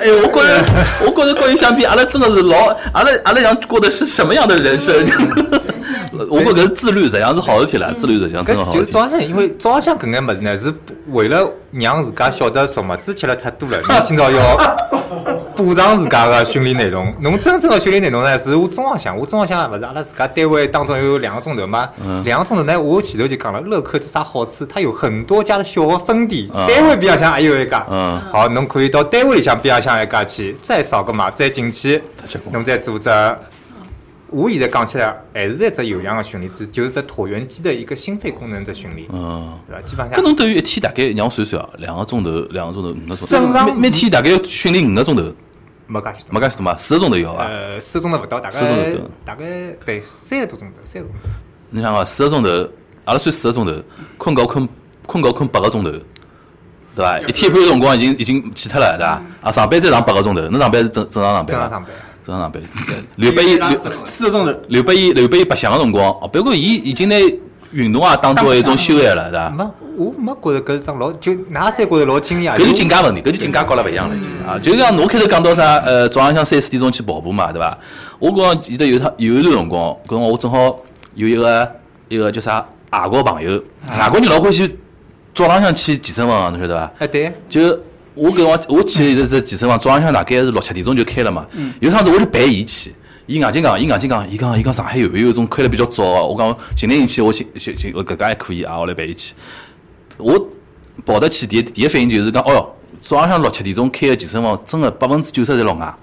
Speaker 3: 哎，我觉着，我觉着跟伊相比，阿拉真的是老，阿拉阿拉想过的是什么样的人生？ <laughs> 我觉着搿是自律，实际上是好事体啦，自律实际上真的
Speaker 4: 搿
Speaker 3: 好
Speaker 4: 就
Speaker 3: 事
Speaker 4: 是
Speaker 3: 体
Speaker 4: 早。浪向，因为早浪向搿眼物事呢，是为了让自家晓得昨物子吃了太多了，侬今朝要补偿自家个训练内容。侬真正的训练内容呢，是我中浪向，我中浪向勿是阿拉自家单位当中有两个钟头嘛，
Speaker 3: 嗯
Speaker 4: 两个钟头呢，我前头就讲了，乐客有啥好处？它有很多家的小的分店，
Speaker 3: 嗯
Speaker 4: 单位边浪向还有一家。
Speaker 3: 嗯
Speaker 4: 好，侬可以到单位里向边浪向一家去，再扫个码，再进去
Speaker 3: 结棍，
Speaker 4: 侬再做只。我现在讲起来，还是一只有氧的训练，只就是只椭圆机的一个心肺功能的训练，
Speaker 3: 嗯，
Speaker 4: 对吧？基本
Speaker 3: 搿
Speaker 4: 上
Speaker 3: 侬等于一天大概让我算算啊，两个钟头，两个钟头，五个钟头，
Speaker 4: 正常
Speaker 3: 每每天大概要训练五个钟头，
Speaker 4: 没介许多
Speaker 3: 没，介许多嘛，四个钟头啊要伐？
Speaker 4: 呃，四个钟头勿到，大
Speaker 3: 四个
Speaker 4: 概
Speaker 3: 钟头
Speaker 4: 大概对三个多钟头，三个多钟头。
Speaker 3: 侬想啊，四个钟头，阿拉算四个钟头，困觉困困觉困八个钟头，对伐？一天半的辰光已经已经去脱了，对伐？啊，上班再上八个钟头，侬上班是正正常上
Speaker 4: 正
Speaker 3: 班
Speaker 4: 常
Speaker 3: 伐？
Speaker 4: 上班，
Speaker 3: 正常上班，刘备
Speaker 4: <laughs>
Speaker 3: 伊刘。
Speaker 9: 是
Speaker 8: 四个钟头，
Speaker 3: 刘备伊刘备伊白相个辰光，哦，不过伊已经拿运动啊当做一种休闲了，对伐？
Speaker 4: 没，我没觉着搿是桩老，就哪三觉着老惊讶。
Speaker 3: 搿就境界问题，搿就境界高了勿一样了，已经啊。就是讲侬开头讲到啥，呃，早浪向三四点钟去跑步嘛，对伐？我讲记得有一趟有一段辰光，搿辰光我正好有一个一个叫啥外国朋友，外国人老欢喜早浪向去健身房，侬晓得伐？
Speaker 4: 哎，对，
Speaker 3: 就我搿辰光我去一只健身房，早浪向大概是六七点钟就开了嘛。有一趟子我就陪伊去，伊硬劲讲，伊硬劲讲，伊讲伊讲上海有有一种开了比较早个，我讲寻天伊去，我寻寻寻搿家还可以啊，我来陪伊去。我跑得去第一第一反应就是讲，哦哟，早浪向六七点钟开个健身房，真个百分之九十侪老外。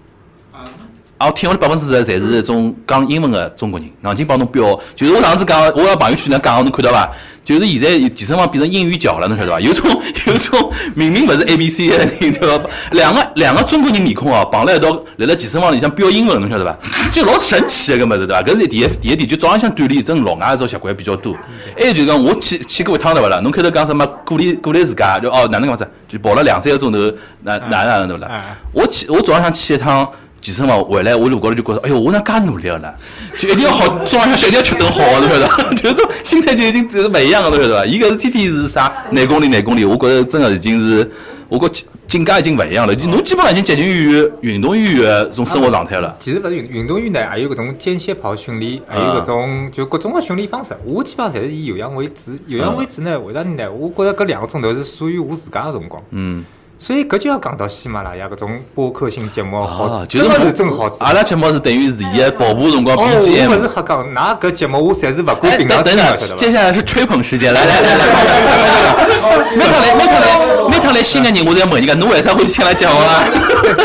Speaker 3: 啊，我听下来百分之十侪是一种讲英文个中国人，硬劲帮侬标。就是我上次讲，我辣朋友圈里讲，侬看到伐？就是现在健身房变成英语角了，侬晓得伐？有种有种明明勿是 A B C 的人，对伐？两个两个中国人面孔哦，绑辣一道，辣辣健身房里向标英文，侬晓得伐？就老神奇个搿物事，对伐？搿是第一第一点，就早浪向锻炼，真老外一种习惯比较多。还有就是讲，我去去过一趟对勿啦？侬开头讲什么鼓励鼓励自家，就哦哪能讲法子？就跑了两三个钟头，哪哪哪能对勿啦？我去，我早浪向去一趟健身房，回来我路高头就觉着，哎哟，我哪介努力了呢？就一定要好，早浪向一定要吃顿好的，侬晓得伐？就是种心态就已经就是勿一样个，侬晓得伐？伊搿是天天是啥廿公里廿公里，我觉着真个已经是，我觉境境界已经勿一样了，就侬基本上已经接近于运动员个种生活状态了。
Speaker 4: 其实勿是运运动员呢，还有搿种间歇跑训练，还有搿种就各种个训练方式。我基本上侪是以有氧为主，有氧为主呢，为啥呢？我觉着搿两个钟头是属于我自家个辰光。
Speaker 3: 嗯，
Speaker 4: 所以搿就要讲到喜马拉雅搿种播客性节目的好
Speaker 3: 啊
Speaker 4: 处，，
Speaker 3: 就是
Speaker 4: 真的是真好处。
Speaker 3: 阿拉节目是等于是伊个跑步辰光
Speaker 4: 哦，我勿
Speaker 3: BGM
Speaker 4: 是。瞎讲，㑚搿节目我侪是勿管
Speaker 3: 哎，
Speaker 4: 平
Speaker 3: 等
Speaker 4: 常
Speaker 3: 等
Speaker 4: 听
Speaker 3: 等
Speaker 4: 的，晓得
Speaker 3: 接
Speaker 4: 伐？
Speaker 3: 下来是吹捧时间，来来来来来来来来，每趟来每趟来每趟来新的人，我侪问人家，侬为啥会去听来讲啊？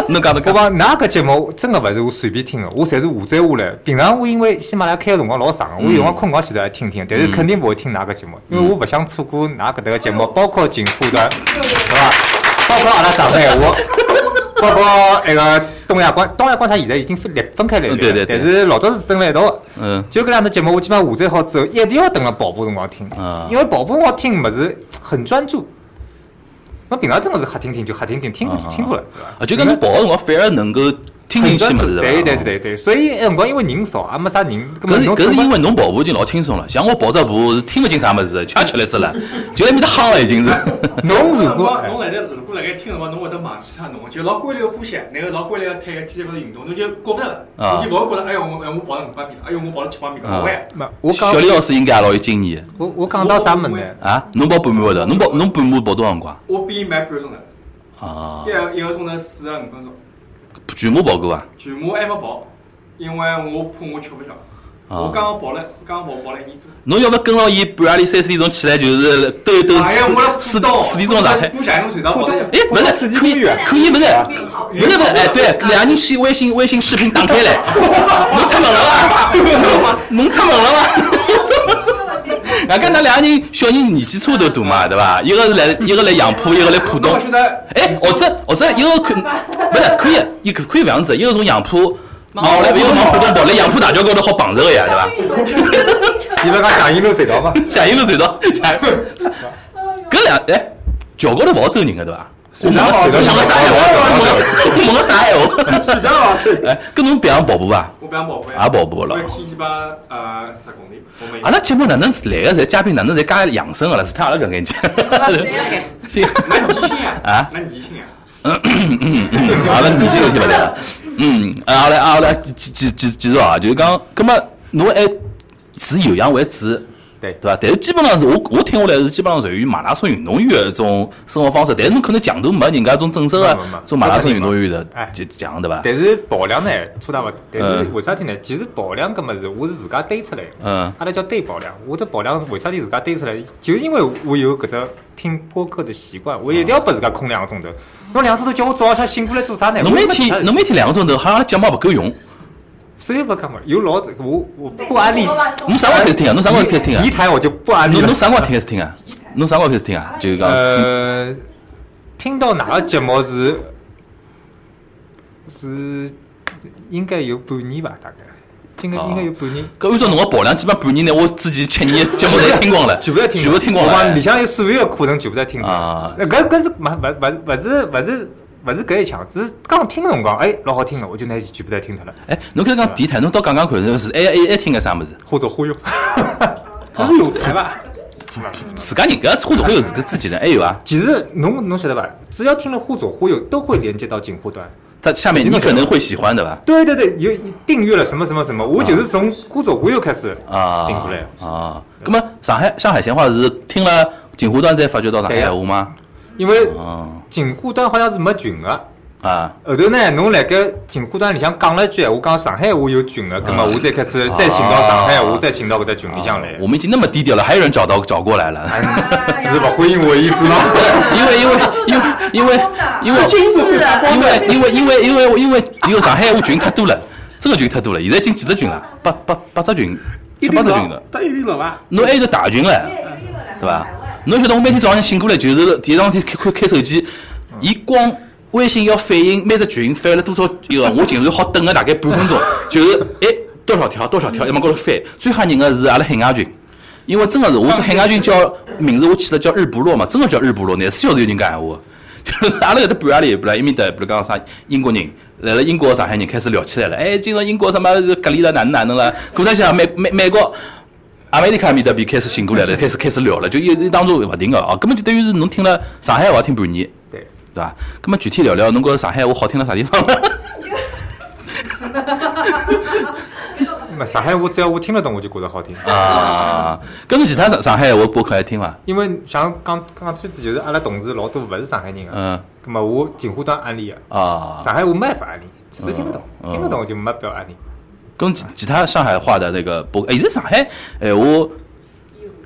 Speaker 3: 侬讲侬
Speaker 4: 我
Speaker 3: 讲，
Speaker 4: 讲㑚搿节目真个勿是我随便听个，我侪是下载下来。平常我因为喜马拉雅开个辰光老长，我有辰光困觉前头还听
Speaker 3: 嗯
Speaker 4: 听，但是肯定勿会听㑚搿节目，因为我勿想错过㑚搿搭个节目，包括锦湖的，
Speaker 3: 嗯
Speaker 4: 对伐？包括阿拉上海闲话， <laughs> 包括那个东亚观，东亚观察现在已经分裂分开来了，
Speaker 3: 嗯对对对
Speaker 4: 但是老早是蹲辣一道个。
Speaker 3: 嗯，
Speaker 4: 就搿两只节目，我基本上下载好之后，一定要等了跑步辰光听
Speaker 3: 啊，
Speaker 4: 因为跑步辰光听物事很专注。我平常真的是瞎听听就瞎听听，听过就听过了，对吧
Speaker 3: 啊啊，就讲侬跑个辰光反而能够听进去嘛，对
Speaker 4: 对对
Speaker 3: 伐？
Speaker 4: 对对对，所以那辰光因为人少，也没啥人，搿么
Speaker 3: 搿是
Speaker 4: 侬
Speaker 3: 搿
Speaker 4: 做
Speaker 3: 是
Speaker 4: 法
Speaker 3: 因为侬跑步已经老轻松了，像我跑只步是听勿进啥物事，吃也吃力死了， <laughs> 就在埃面搭夯了已经是。
Speaker 4: 侬
Speaker 7: 辰
Speaker 4: 如果
Speaker 7: 光侬辣盖如果辣盖听辰光，侬会得忘记啥侬，就老规律个呼吸，然后老规律个腿个肌肉高头运动，侬就觉勿着了，
Speaker 3: 啊
Speaker 7: 侬就勿会觉着哎哟我哎我跑了五百米了，哎哟我跑了七百米了，
Speaker 3: 啊
Speaker 7: 勿会。
Speaker 4: 没我讲
Speaker 3: 小李老师应该也老有经验
Speaker 4: 我我讲到啥物事呢？
Speaker 3: 的啊！侬跑半马会得，侬跑侬半马跑多少辰光
Speaker 7: 我比伊慢半个钟头，
Speaker 3: 啊
Speaker 7: 一？个一个钟头四十五分钟，
Speaker 3: 全马跑过啊？
Speaker 7: 全马还没跑，因为我怕我吃勿消。我刚
Speaker 3: 啊！
Speaker 7: 刚跑了，刚刚跑跑了一年多。
Speaker 3: 侬要不跟牢伊半夜里三四点钟起来，就是兜一兜
Speaker 7: 哎呀，我辣
Speaker 3: 四
Speaker 7: 浦东
Speaker 3: 四点钟上海。
Speaker 7: 浦东水道跑的。
Speaker 3: 哎，不是，可以可以，不是，不是不是，哎，对，两个人去微信微信视频打开来，侬出门了伐？侬侬出门了伐？啊，搿那两个人小人年纪差头大嘛，对伐？一个是来一个来杨浦，一个来浦东
Speaker 7: 我。晓得，
Speaker 3: 哎，或者或者一个可不是可以，一个可以搿样子，一个从杨浦往来，一个往浦东跑，来杨浦大桥高头好碰着个呀，对伐？
Speaker 4: 你勿讲响应路隧道吗？
Speaker 3: 下一个隧道，下一个，搿两哎，桥高头勿好走人个对伐？
Speaker 4: 隧道
Speaker 3: 我
Speaker 4: 隧道
Speaker 3: 问个啥闲话？我问个啥闲话？
Speaker 4: 隧道啊，隧道
Speaker 3: 哎，跟侬别样跑步伐？
Speaker 7: 我不想跑步呀。
Speaker 3: 也跑步了
Speaker 7: 我一天一百呃十公里，我每
Speaker 3: 阿拉节目哪能来个？侪嘉宾哪能侪加养生个了？除脱阿拉搿眼
Speaker 5: 对
Speaker 3: 去，
Speaker 7: 那年轻呀，
Speaker 3: 啊
Speaker 7: 那年轻呀，
Speaker 3: 阿拉年纪问题勿对了。嗯，阿拉阿拉继继继继续啊，就是讲，葛末侬还是有氧为主。
Speaker 4: 对
Speaker 3: 对伐？但是基本上是我我听下来是基本上属于马拉松运动员的一种生活方式，但是侬可能强度没人家种正式的
Speaker 4: 没没没
Speaker 3: 做马拉松运动员的
Speaker 4: 哎
Speaker 3: 就强对伐？
Speaker 4: 但是跑量呢，差大勿多。但是
Speaker 3: 嗯
Speaker 4: 为啥体呢？其实跑量搿物事，我是自家堆出来的。
Speaker 3: 嗯
Speaker 4: 阿拉叫堆跑量。我这跑量为啥体自家堆出来？就是因为我有搿只听播客的习惯，我一定要拨自家空两个钟头。侬两个钟头叫我早浪向醒过来做啥呢？
Speaker 3: 侬
Speaker 4: 我
Speaker 3: 每
Speaker 4: 没其他
Speaker 3: 天侬每天两个钟头，好像节目也勿够用。
Speaker 4: 所以勿讲嘛，有老子我我不安利。
Speaker 3: 侬啥辰光开始听啊？侬啥辰光开始听啊
Speaker 4: 敌？台我就不安利
Speaker 3: 侬
Speaker 4: 了
Speaker 3: 侬。啥辰光开始听啊？侬啥辰光开始听啊？就是讲
Speaker 4: 呃，听到哪个节目是是应该有半年吧，大概应该
Speaker 3: 哦
Speaker 4: 应该有半年。
Speaker 3: 搿按照侬个跑量，基本上半年呢，我之前七年的节目侪听光了，
Speaker 4: 全部在听，
Speaker 3: 全部听光
Speaker 4: 我
Speaker 3: 了哎
Speaker 4: 讲里。向有所有的课程全部在听。
Speaker 3: 啊
Speaker 4: 呃搿搿是勿勿勿勿是勿是勿是搿一腔，只是刚听的辰光，哎，老好听了，我就拿全部在听脱了，
Speaker 3: 哎，侬开始讲电台，侬到讲讲看，侬是还还还听个啥物事？
Speaker 4: 或者忽悠。
Speaker 3: 啊
Speaker 4: <laughs>
Speaker 8: 搿是有台伐？
Speaker 3: 自家人搿或者会有自个自己人，还有啊，
Speaker 4: 其实侬侬晓得伐？只要听了或左或右，都会连接到进货端。
Speaker 3: 他下面你可能会喜欢的吧？
Speaker 4: 对对对，有订阅了什么什么什么，我就是从或左或右开始
Speaker 3: 啊，
Speaker 4: 订过来的。
Speaker 3: 啊。葛么上海上海闲话是听了锦湖端才发觉到上海闲话吗？
Speaker 4: 因为
Speaker 3: 哦
Speaker 4: 锦湖端好像是没群个。
Speaker 3: 啊，
Speaker 4: 后头呢，侬辣盖锦湖端里向讲了一句，我讲上海话有群
Speaker 3: 啊
Speaker 4: 个，葛么我再开始再寻到上海话，再寻到搿只群里向来
Speaker 3: 啊。我们已经那么低调了，还有人找到找过来了。
Speaker 4: <laughs> 是勿回应我意思吗？
Speaker 8: 哎
Speaker 3: 因为因为因为因为因为
Speaker 5: 君子啊
Speaker 3: 因为因为因为因为因为因为上海话群太多了，这个群太多了，现在已经几只群了，八八八只群，七
Speaker 8: 一
Speaker 3: 八只
Speaker 8: 定
Speaker 3: 群了
Speaker 8: 老，，得一定老伐？
Speaker 3: 侬还有个大群嘞，对伐？侬晓得我每天早上醒过来就是第一桩事体开开开手机，伊光。微信要反应每只群翻了多少一个，我竟然好等个大概半分钟，就是哎多少条多少条，要么高头翻。最吓人个是阿拉海外群，因为真个是我这海外群叫名字我起了叫日不落嘛，真个叫日不落，廿四小时有人讲闲话。 <laughs> 就是阿拉搿搭半夜里，本来一面搭，比如讲啥英国人，来了英国上海人开始聊起来了。哎，今朝英国什么隔离了哪能哪能了？过脱想美美美国。阿美利卡面搭边开始醒过来了，开始开始聊了，就一一当中勿停个哦，根本就等于是侬听了上海话听半年，
Speaker 4: 对，
Speaker 3: 对伐？那么具体聊聊，侬觉着上海话好听到啥地方？ <laughs>
Speaker 4: 那上海话只要我听得懂，我就觉得好听。
Speaker 3: 啊，跟侬其他上上海话播客还听伐？
Speaker 4: 因为像刚刚最子就是阿拉同事老多勿是上海人个，
Speaker 3: 嗯
Speaker 4: 葛么我锦湖端安利个，
Speaker 3: 啊，
Speaker 4: 上海话没办法安利，其实听不懂，
Speaker 3: 嗯
Speaker 4: 听不懂就没必要安利。
Speaker 3: 跟其其他上海话的那个播，哎现在上海哎我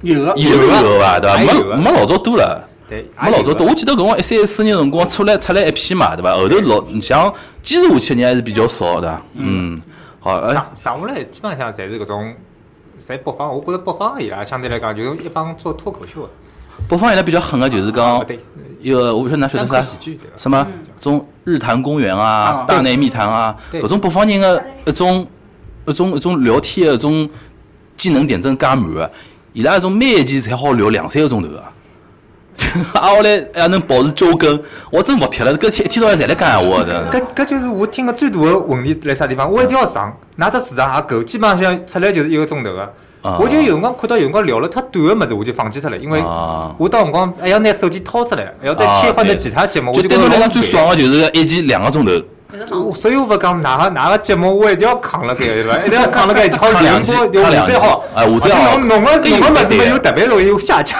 Speaker 8: 有啊个，
Speaker 3: 有是有伐？对伐？
Speaker 4: 啊还有
Speaker 3: 没
Speaker 4: 啊
Speaker 3: 没老早多了。
Speaker 4: 对，啊
Speaker 3: 没老早多，我记得搿辰光一三一四年辰光出来出来一批嘛，对伐？后头老像坚持下去的人还是比较少，对伐？嗯，好，哎，
Speaker 4: 上上下来基本上侪是搿种，侪北方，我觉着北方伊拉相对来讲就是一帮做脱口秀的，
Speaker 3: 北方伊拉比较狠个就是
Speaker 4: 啊
Speaker 3: 讲
Speaker 4: 对，
Speaker 3: 一个我不晓得哪晓得
Speaker 4: 单口
Speaker 3: 啥
Speaker 4: 喜剧对伐？
Speaker 3: 什么种日坛公园啊
Speaker 8: 啊、
Speaker 3: 大内密谈啊，
Speaker 4: 对
Speaker 3: 搿种北方人个一种一种一种聊天的一种技能点真加满个，伊拉一种每一期侪好聊两三个钟头个， <laughs> 啊，后来还能保持交根，我真服帖了，搿天一天到晚侪辣讲闲话的。
Speaker 4: <laughs> 搿搿就是我听个最大个问题辣啥地方？我一定要上，㑚只市场也够，基本上出来就是一个钟头个。
Speaker 3: 啊
Speaker 4: 我就有辰光看到有辰光聊了太短个物事，我就放弃脱了，因为
Speaker 3: 啊
Speaker 4: 我到辰光还要拿手机掏出来，还要再
Speaker 3: 啊
Speaker 4: 切换到
Speaker 3: 对
Speaker 4: 其他节目，我
Speaker 3: 就
Speaker 4: 就
Speaker 3: 对
Speaker 4: 觉
Speaker 3: 侬
Speaker 4: 得
Speaker 3: 来
Speaker 4: 老
Speaker 3: 讲最
Speaker 4: 烦
Speaker 3: 爽个就是一期两个钟头，
Speaker 5: 有的
Speaker 4: 我
Speaker 5: 房
Speaker 4: 所以我不讲哪个哪个节目，我一定要扛了该，对吧？一定要扛了该，好
Speaker 3: 扛两
Speaker 4: 两
Speaker 3: 期
Speaker 4: 波
Speaker 3: 扛
Speaker 4: 有五
Speaker 3: 两
Speaker 4: 最
Speaker 3: 期
Speaker 4: 好，
Speaker 3: 哎五最好
Speaker 4: 而且弄弄个
Speaker 3: 哎
Speaker 4: 弄个
Speaker 3: 有
Speaker 4: 么
Speaker 3: 这
Speaker 4: 子
Speaker 3: 点
Speaker 4: 又特别容易有下架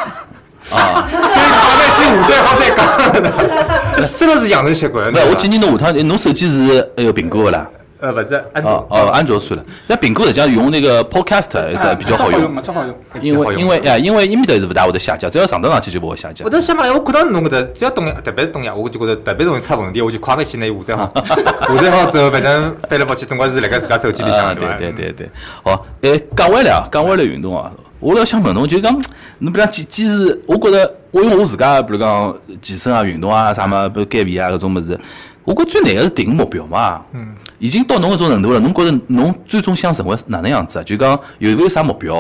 Speaker 3: 啊，
Speaker 4: 所以大概是五最好再讲，真的是养成习惯
Speaker 3: 勿
Speaker 4: 了。，
Speaker 3: 我建议侬下趟，侬手机是那个苹果个
Speaker 4: <laughs>
Speaker 3: 啦？
Speaker 4: 呃不是，安
Speaker 3: 哦
Speaker 4: 卓
Speaker 3: 哦，安卓算了。那苹果实际上用那个 Podcast
Speaker 4: 啊
Speaker 8: 哎
Speaker 3: 是比较好
Speaker 8: 这
Speaker 3: 用
Speaker 8: 用，，这好用。
Speaker 3: 因为因为哎，因为伊面头是勿大会得下架，只要上得上去就勿会下架
Speaker 4: 我。都想不来，我看到侬搿搭，只要东西，特别是东西，我就觉得特别容易出问题，我就快眼去拿下载好。下载好之后，反正翻来覆去，总归是辣盖自家手机里向
Speaker 3: 啊，
Speaker 4: 的，
Speaker 3: 对
Speaker 4: 吧？
Speaker 3: 对对对，好，哎，讲回来啊，讲回来运动啊，我倒想问侬，就讲，侬比如讲坚坚持，我觉着我用我自家，比如讲健身啊、运动啊啥么，比如减肥啊搿种物事，我觉着最难个是定个目标嘛。嗯。已经到侬搿种程度了，侬觉着侬最终想成为哪能样子啊？就讲有没有啥目标？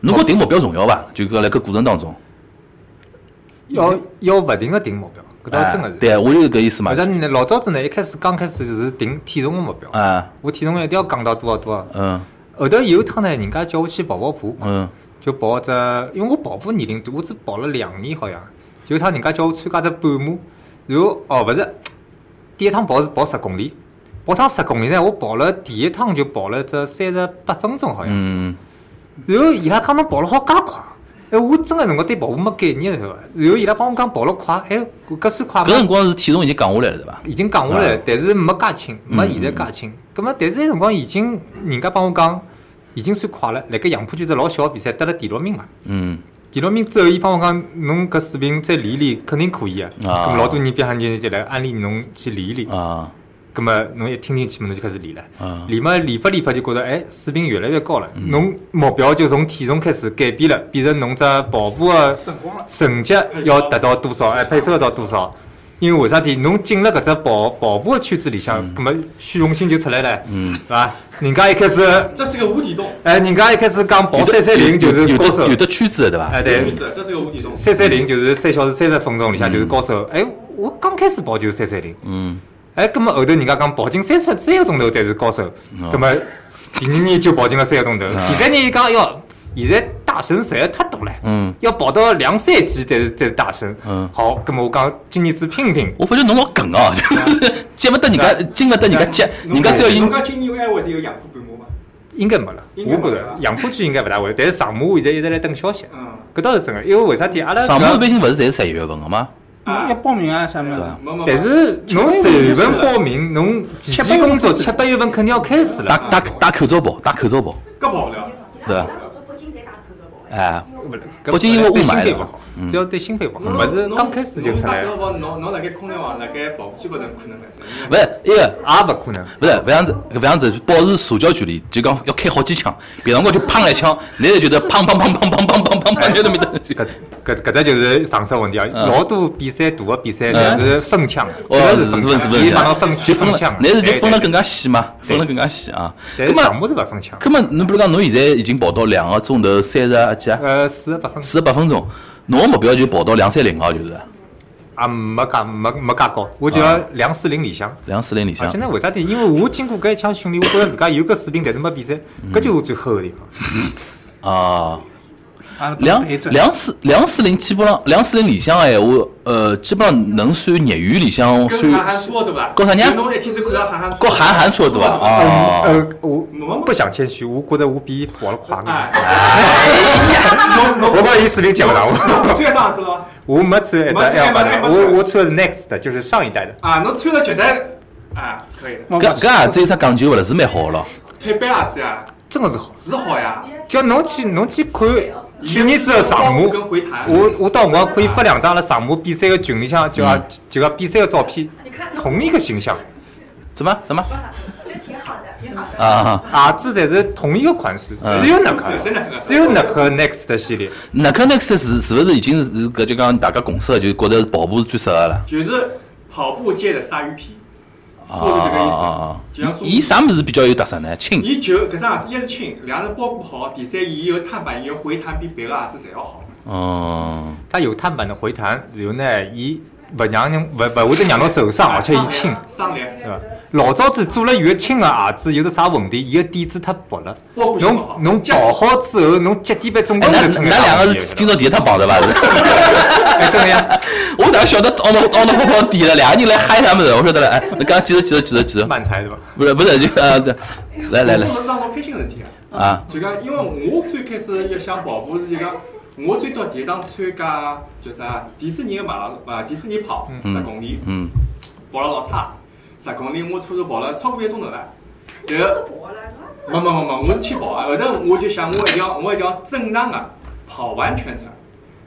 Speaker 3: 侬觉得定目标重要伐？就讲辣搿过程当中，
Speaker 4: 要要勿停个定目标，搿倒
Speaker 3: 哎
Speaker 4: 真个是。
Speaker 3: 对，我就是搿意思嘛
Speaker 4: 反。正你老早子呢，一开始刚开始就是定体重个目标，
Speaker 3: 啊，
Speaker 4: 我体重一定要降到多少多少。啊
Speaker 3: 嗯
Speaker 4: 后头有一趟呢，人家叫我去跑跑步，
Speaker 3: 嗯，
Speaker 4: 就跑只，因为我跑步年龄大，我只跑了两年好像。有一趟人家叫我参加只半马，然后哦勿是，第一趟跑是跑十公里，跑趟十公里呢，我跑了第一趟就跑了只三十八分钟好像。
Speaker 3: 嗯，
Speaker 4: 然后伊拉讲侬跑了好介快，哎，我真个辰光对跑步没概念是伐？然后伊拉帮我讲跑了快，哎，搿算快
Speaker 3: 搿
Speaker 4: 吗？
Speaker 3: 辰光是体重已经降下来了，对伐？
Speaker 4: 已经降下
Speaker 3: 啊
Speaker 4: 来，但是没介轻，
Speaker 3: 嗯
Speaker 4: 没现在介轻。葛么，啊但是那辰光已经人家帮我讲，已经算快了。辣盖杨浦区只老小个比赛得了第六名嘛。
Speaker 3: 嗯，
Speaker 4: 第六名之后，伊帮我讲，侬搿水平再练一练，肯定可以个。
Speaker 3: 啊
Speaker 4: 咁么老多人边上就就来安利侬去练一练。
Speaker 3: 啊，
Speaker 4: 葛么侬一听进去嘛，侬就开始练了
Speaker 3: 啊。嗯
Speaker 4: 练嘛练法练法就觉得，哎，水平越来越高了。侬目标就从体重开始改变了，变成侬只跑步啊个
Speaker 8: 成功了，
Speaker 4: 成绩要达到多少，哎，配速要到多少？因为为啥体侬进了搿只跑跑步的圈子里向，
Speaker 3: 嗯
Speaker 4: 葛么虚荣心就出来了，嗯，对伐？人家一开始，
Speaker 9: 这是个无底洞，
Speaker 4: 哎，人家一开始讲跑
Speaker 3: 有的
Speaker 4: 三三零就
Speaker 3: 有
Speaker 4: 是
Speaker 3: 的
Speaker 4: 高手
Speaker 3: 有，的圈子的，对伐？
Speaker 4: 哎，
Speaker 9: 这
Speaker 4: 对
Speaker 9: 是，个这是个无底洞。
Speaker 4: 三三
Speaker 3: 嗯
Speaker 4: 零就是三小时三十分钟里向就是高手，哎，我刚开始跑就是三三零，
Speaker 3: 嗯。
Speaker 4: 哎，葛么后头人家讲跑进三十分三个钟头才是高手，
Speaker 3: 哦
Speaker 4: 葛么第二年就跑进了三个钟头，第三年伊讲哎哟，现在大神实在太多了，
Speaker 3: 嗯，
Speaker 4: 要跑到两三级才是才是大神，
Speaker 3: 嗯
Speaker 4: 好，葛么我讲今年子拼一拼，
Speaker 3: 我发觉侬老梗哦，接勿得人家，进勿得人家接，人家只要
Speaker 9: 人
Speaker 3: 应
Speaker 9: 家今年有还会得有养父规模吗？
Speaker 4: 应该没了，
Speaker 9: 应
Speaker 4: 我
Speaker 9: 该没
Speaker 4: 觉
Speaker 9: 了
Speaker 4: 着
Speaker 9: 啊
Speaker 4: 杨浦区应该勿大会，但是上马现在一直来等消息，
Speaker 9: 嗯，
Speaker 4: 搿倒是真个，因为为啥体阿拉
Speaker 3: 上
Speaker 4: 搿
Speaker 3: 半毕竟勿是侪十一月份个嘛，
Speaker 9: 啊
Speaker 8: 要报名啊啥么
Speaker 3: 对
Speaker 8: 子
Speaker 3: 吧？
Speaker 9: 没没没。
Speaker 4: 但是侬十月份报名，侬前期工作七八月份肯定要开始
Speaker 3: 戴
Speaker 4: 了。
Speaker 3: 戴戴口罩跑，戴口罩跑，
Speaker 9: 搿跑了，
Speaker 3: 对伐？
Speaker 6: 北京侪打口罩跑
Speaker 3: 哎，
Speaker 4: 搿
Speaker 3: 北京因为雾霾
Speaker 4: 对心肺
Speaker 3: 了
Speaker 4: 勿好，只要对心肺勿
Speaker 3: 嗯
Speaker 4: 好，勿是刚开始就出来，也
Speaker 9: 侬侬侬侬辣盖空调房辣盖跑步机高头可能个，
Speaker 3: 勿是一个。
Speaker 4: 勿可能。
Speaker 3: 不是，勿样子，勿样子，保持社交距离，就讲要开好几枪，别辰光就砰一枪，你就觉得砰砰砰砰砰砰砰砰砰，就那么的。
Speaker 4: 搿搿搿只就是常识问题啊！老多比赛大个比赛
Speaker 3: 嗯
Speaker 4: 就是分枪，
Speaker 3: 哦，
Speaker 4: 真
Speaker 3: 是
Speaker 4: 的
Speaker 3: 是
Speaker 4: 分
Speaker 3: 不是
Speaker 4: 枪，
Speaker 3: 不是
Speaker 4: 伊帮侬分区
Speaker 3: 就分
Speaker 4: 分
Speaker 3: 了
Speaker 4: 枪，，
Speaker 3: 但是就
Speaker 4: 对
Speaker 3: 分了
Speaker 4: 对
Speaker 3: 更加细嘛，分了
Speaker 4: 对
Speaker 3: 更加细啊。
Speaker 4: 但
Speaker 3: 葛
Speaker 4: 是
Speaker 3: 末
Speaker 4: 项目是勿分枪，
Speaker 3: 葛么，侬比如讲，侬现在已经跑到两个钟头三十几啊，
Speaker 4: 呃，四十八分
Speaker 3: 四十八分钟，侬个目标就跑到两三零哦，就是
Speaker 4: 也啊没介没没介高，我就要两四零里向。
Speaker 3: 两四零啊里
Speaker 4: 而
Speaker 3: 向
Speaker 4: 且。呢，为啥体？因为我经过搿一枪训练，我觉着自家有搿水平，但是没比赛，
Speaker 3: 嗯
Speaker 4: 搿就是我最后个地方。
Speaker 3: 啊，
Speaker 8: 阿拉
Speaker 3: 两
Speaker 8: 陪着
Speaker 3: 两四两四零基本上两四零里向闲话，呃，基本上能算业余里向
Speaker 9: 跟韩寒
Speaker 3: 算
Speaker 9: 说对伐？
Speaker 3: 跟啥人
Speaker 9: 就侬一天只看到韩寒出，
Speaker 3: 跟韩寒差不多啊。啊。
Speaker 4: 呃，我不想谦虚，我觉得我比跑了快
Speaker 9: 哎
Speaker 4: 眼。，我把伊水平接不到，我
Speaker 9: 侬穿啥子了？
Speaker 4: 我没穿一只
Speaker 9: 没穿
Speaker 4: L 八的，
Speaker 9: 没穿
Speaker 4: 我我穿的是 Next 的，就是上一代的。
Speaker 9: 啊，侬穿了觉得啊，可以的，
Speaker 8: 我
Speaker 3: 搿搿也子有啥讲究勿啦？是蛮好个咯。
Speaker 9: 推板鞋子呀，
Speaker 4: 真的是好，
Speaker 9: 是好呀。
Speaker 4: 叫侬去侬去看去年子的上
Speaker 9: 跑
Speaker 4: 马
Speaker 9: 步，跟回弹，
Speaker 4: 我我到辰光可以发两张阿拉上马比赛的群里向，就啊就讲比赛的照片，同一个形象，
Speaker 3: 怎么怎么
Speaker 6: 就挺好的，挺好的。
Speaker 3: 啊？
Speaker 4: 鞋子侪是同一个款式，
Speaker 3: 嗯
Speaker 4: 只有耐克
Speaker 9: 只有耐克，
Speaker 4: 只有耐克 Next 的系列。
Speaker 3: 那克 next 是是勿是已经是搿就讲大家共识，就觉得跑步是最适合了？
Speaker 9: 就是跑步界的鲨鱼皮，
Speaker 3: 啊
Speaker 9: 差不多
Speaker 3: 啊
Speaker 9: 这个
Speaker 3: 啊
Speaker 9: 意
Speaker 3: 啊
Speaker 9: 思
Speaker 3: 啊！。
Speaker 9: 就像说
Speaker 3: 伊伊啥物事比较有特色呢？轻
Speaker 9: 伊就搿双鞋子，一是轻，两是包裹好，第三伊有碳板，伊有回弹比别个鞋子侪要好。
Speaker 3: 哦，
Speaker 4: 它有碳板的回弹，然后呢，伊勿让人勿勿会得让侬受伤，而且伊轻，
Speaker 9: 哎上来
Speaker 4: 对伐？老早子做了越轻个鞋子有的啥问题？伊个底子太薄了，
Speaker 9: 我估计不
Speaker 4: 侬
Speaker 9: 好
Speaker 4: 侬跑好之后，侬脚底板总
Speaker 3: 哎，
Speaker 4: 归
Speaker 3: 那
Speaker 4: 会得
Speaker 3: 那
Speaker 4: 出眼
Speaker 3: 那两个
Speaker 4: 问题
Speaker 3: 是今朝第一趟碰对伐？是 <laughs>
Speaker 4: 哎真个呀？
Speaker 3: 我哪晓得哦奥了奥了泡泡底了，两个人来嗨他们的，我晓得了。哎，刚刚继续继续继续继续，
Speaker 4: 慢踩对伐？
Speaker 3: 不是不是就呃，对来来来
Speaker 9: 跑步是桩老开心个事体啊。
Speaker 3: 啊，
Speaker 9: 就讲，因为我最开始一想跑步是就讲，我最早第一趟参加叫啥迪士尼个马拉松啊，迪士尼跑十公里，
Speaker 3: 嗯，
Speaker 9: 跑了老差，十公里我差不多跑了超过一个钟头了。然后
Speaker 6: 跑了，侬
Speaker 9: 没没没没，我是去跑啊！后头我就想，我一定要，我一定要正常的跑完全程。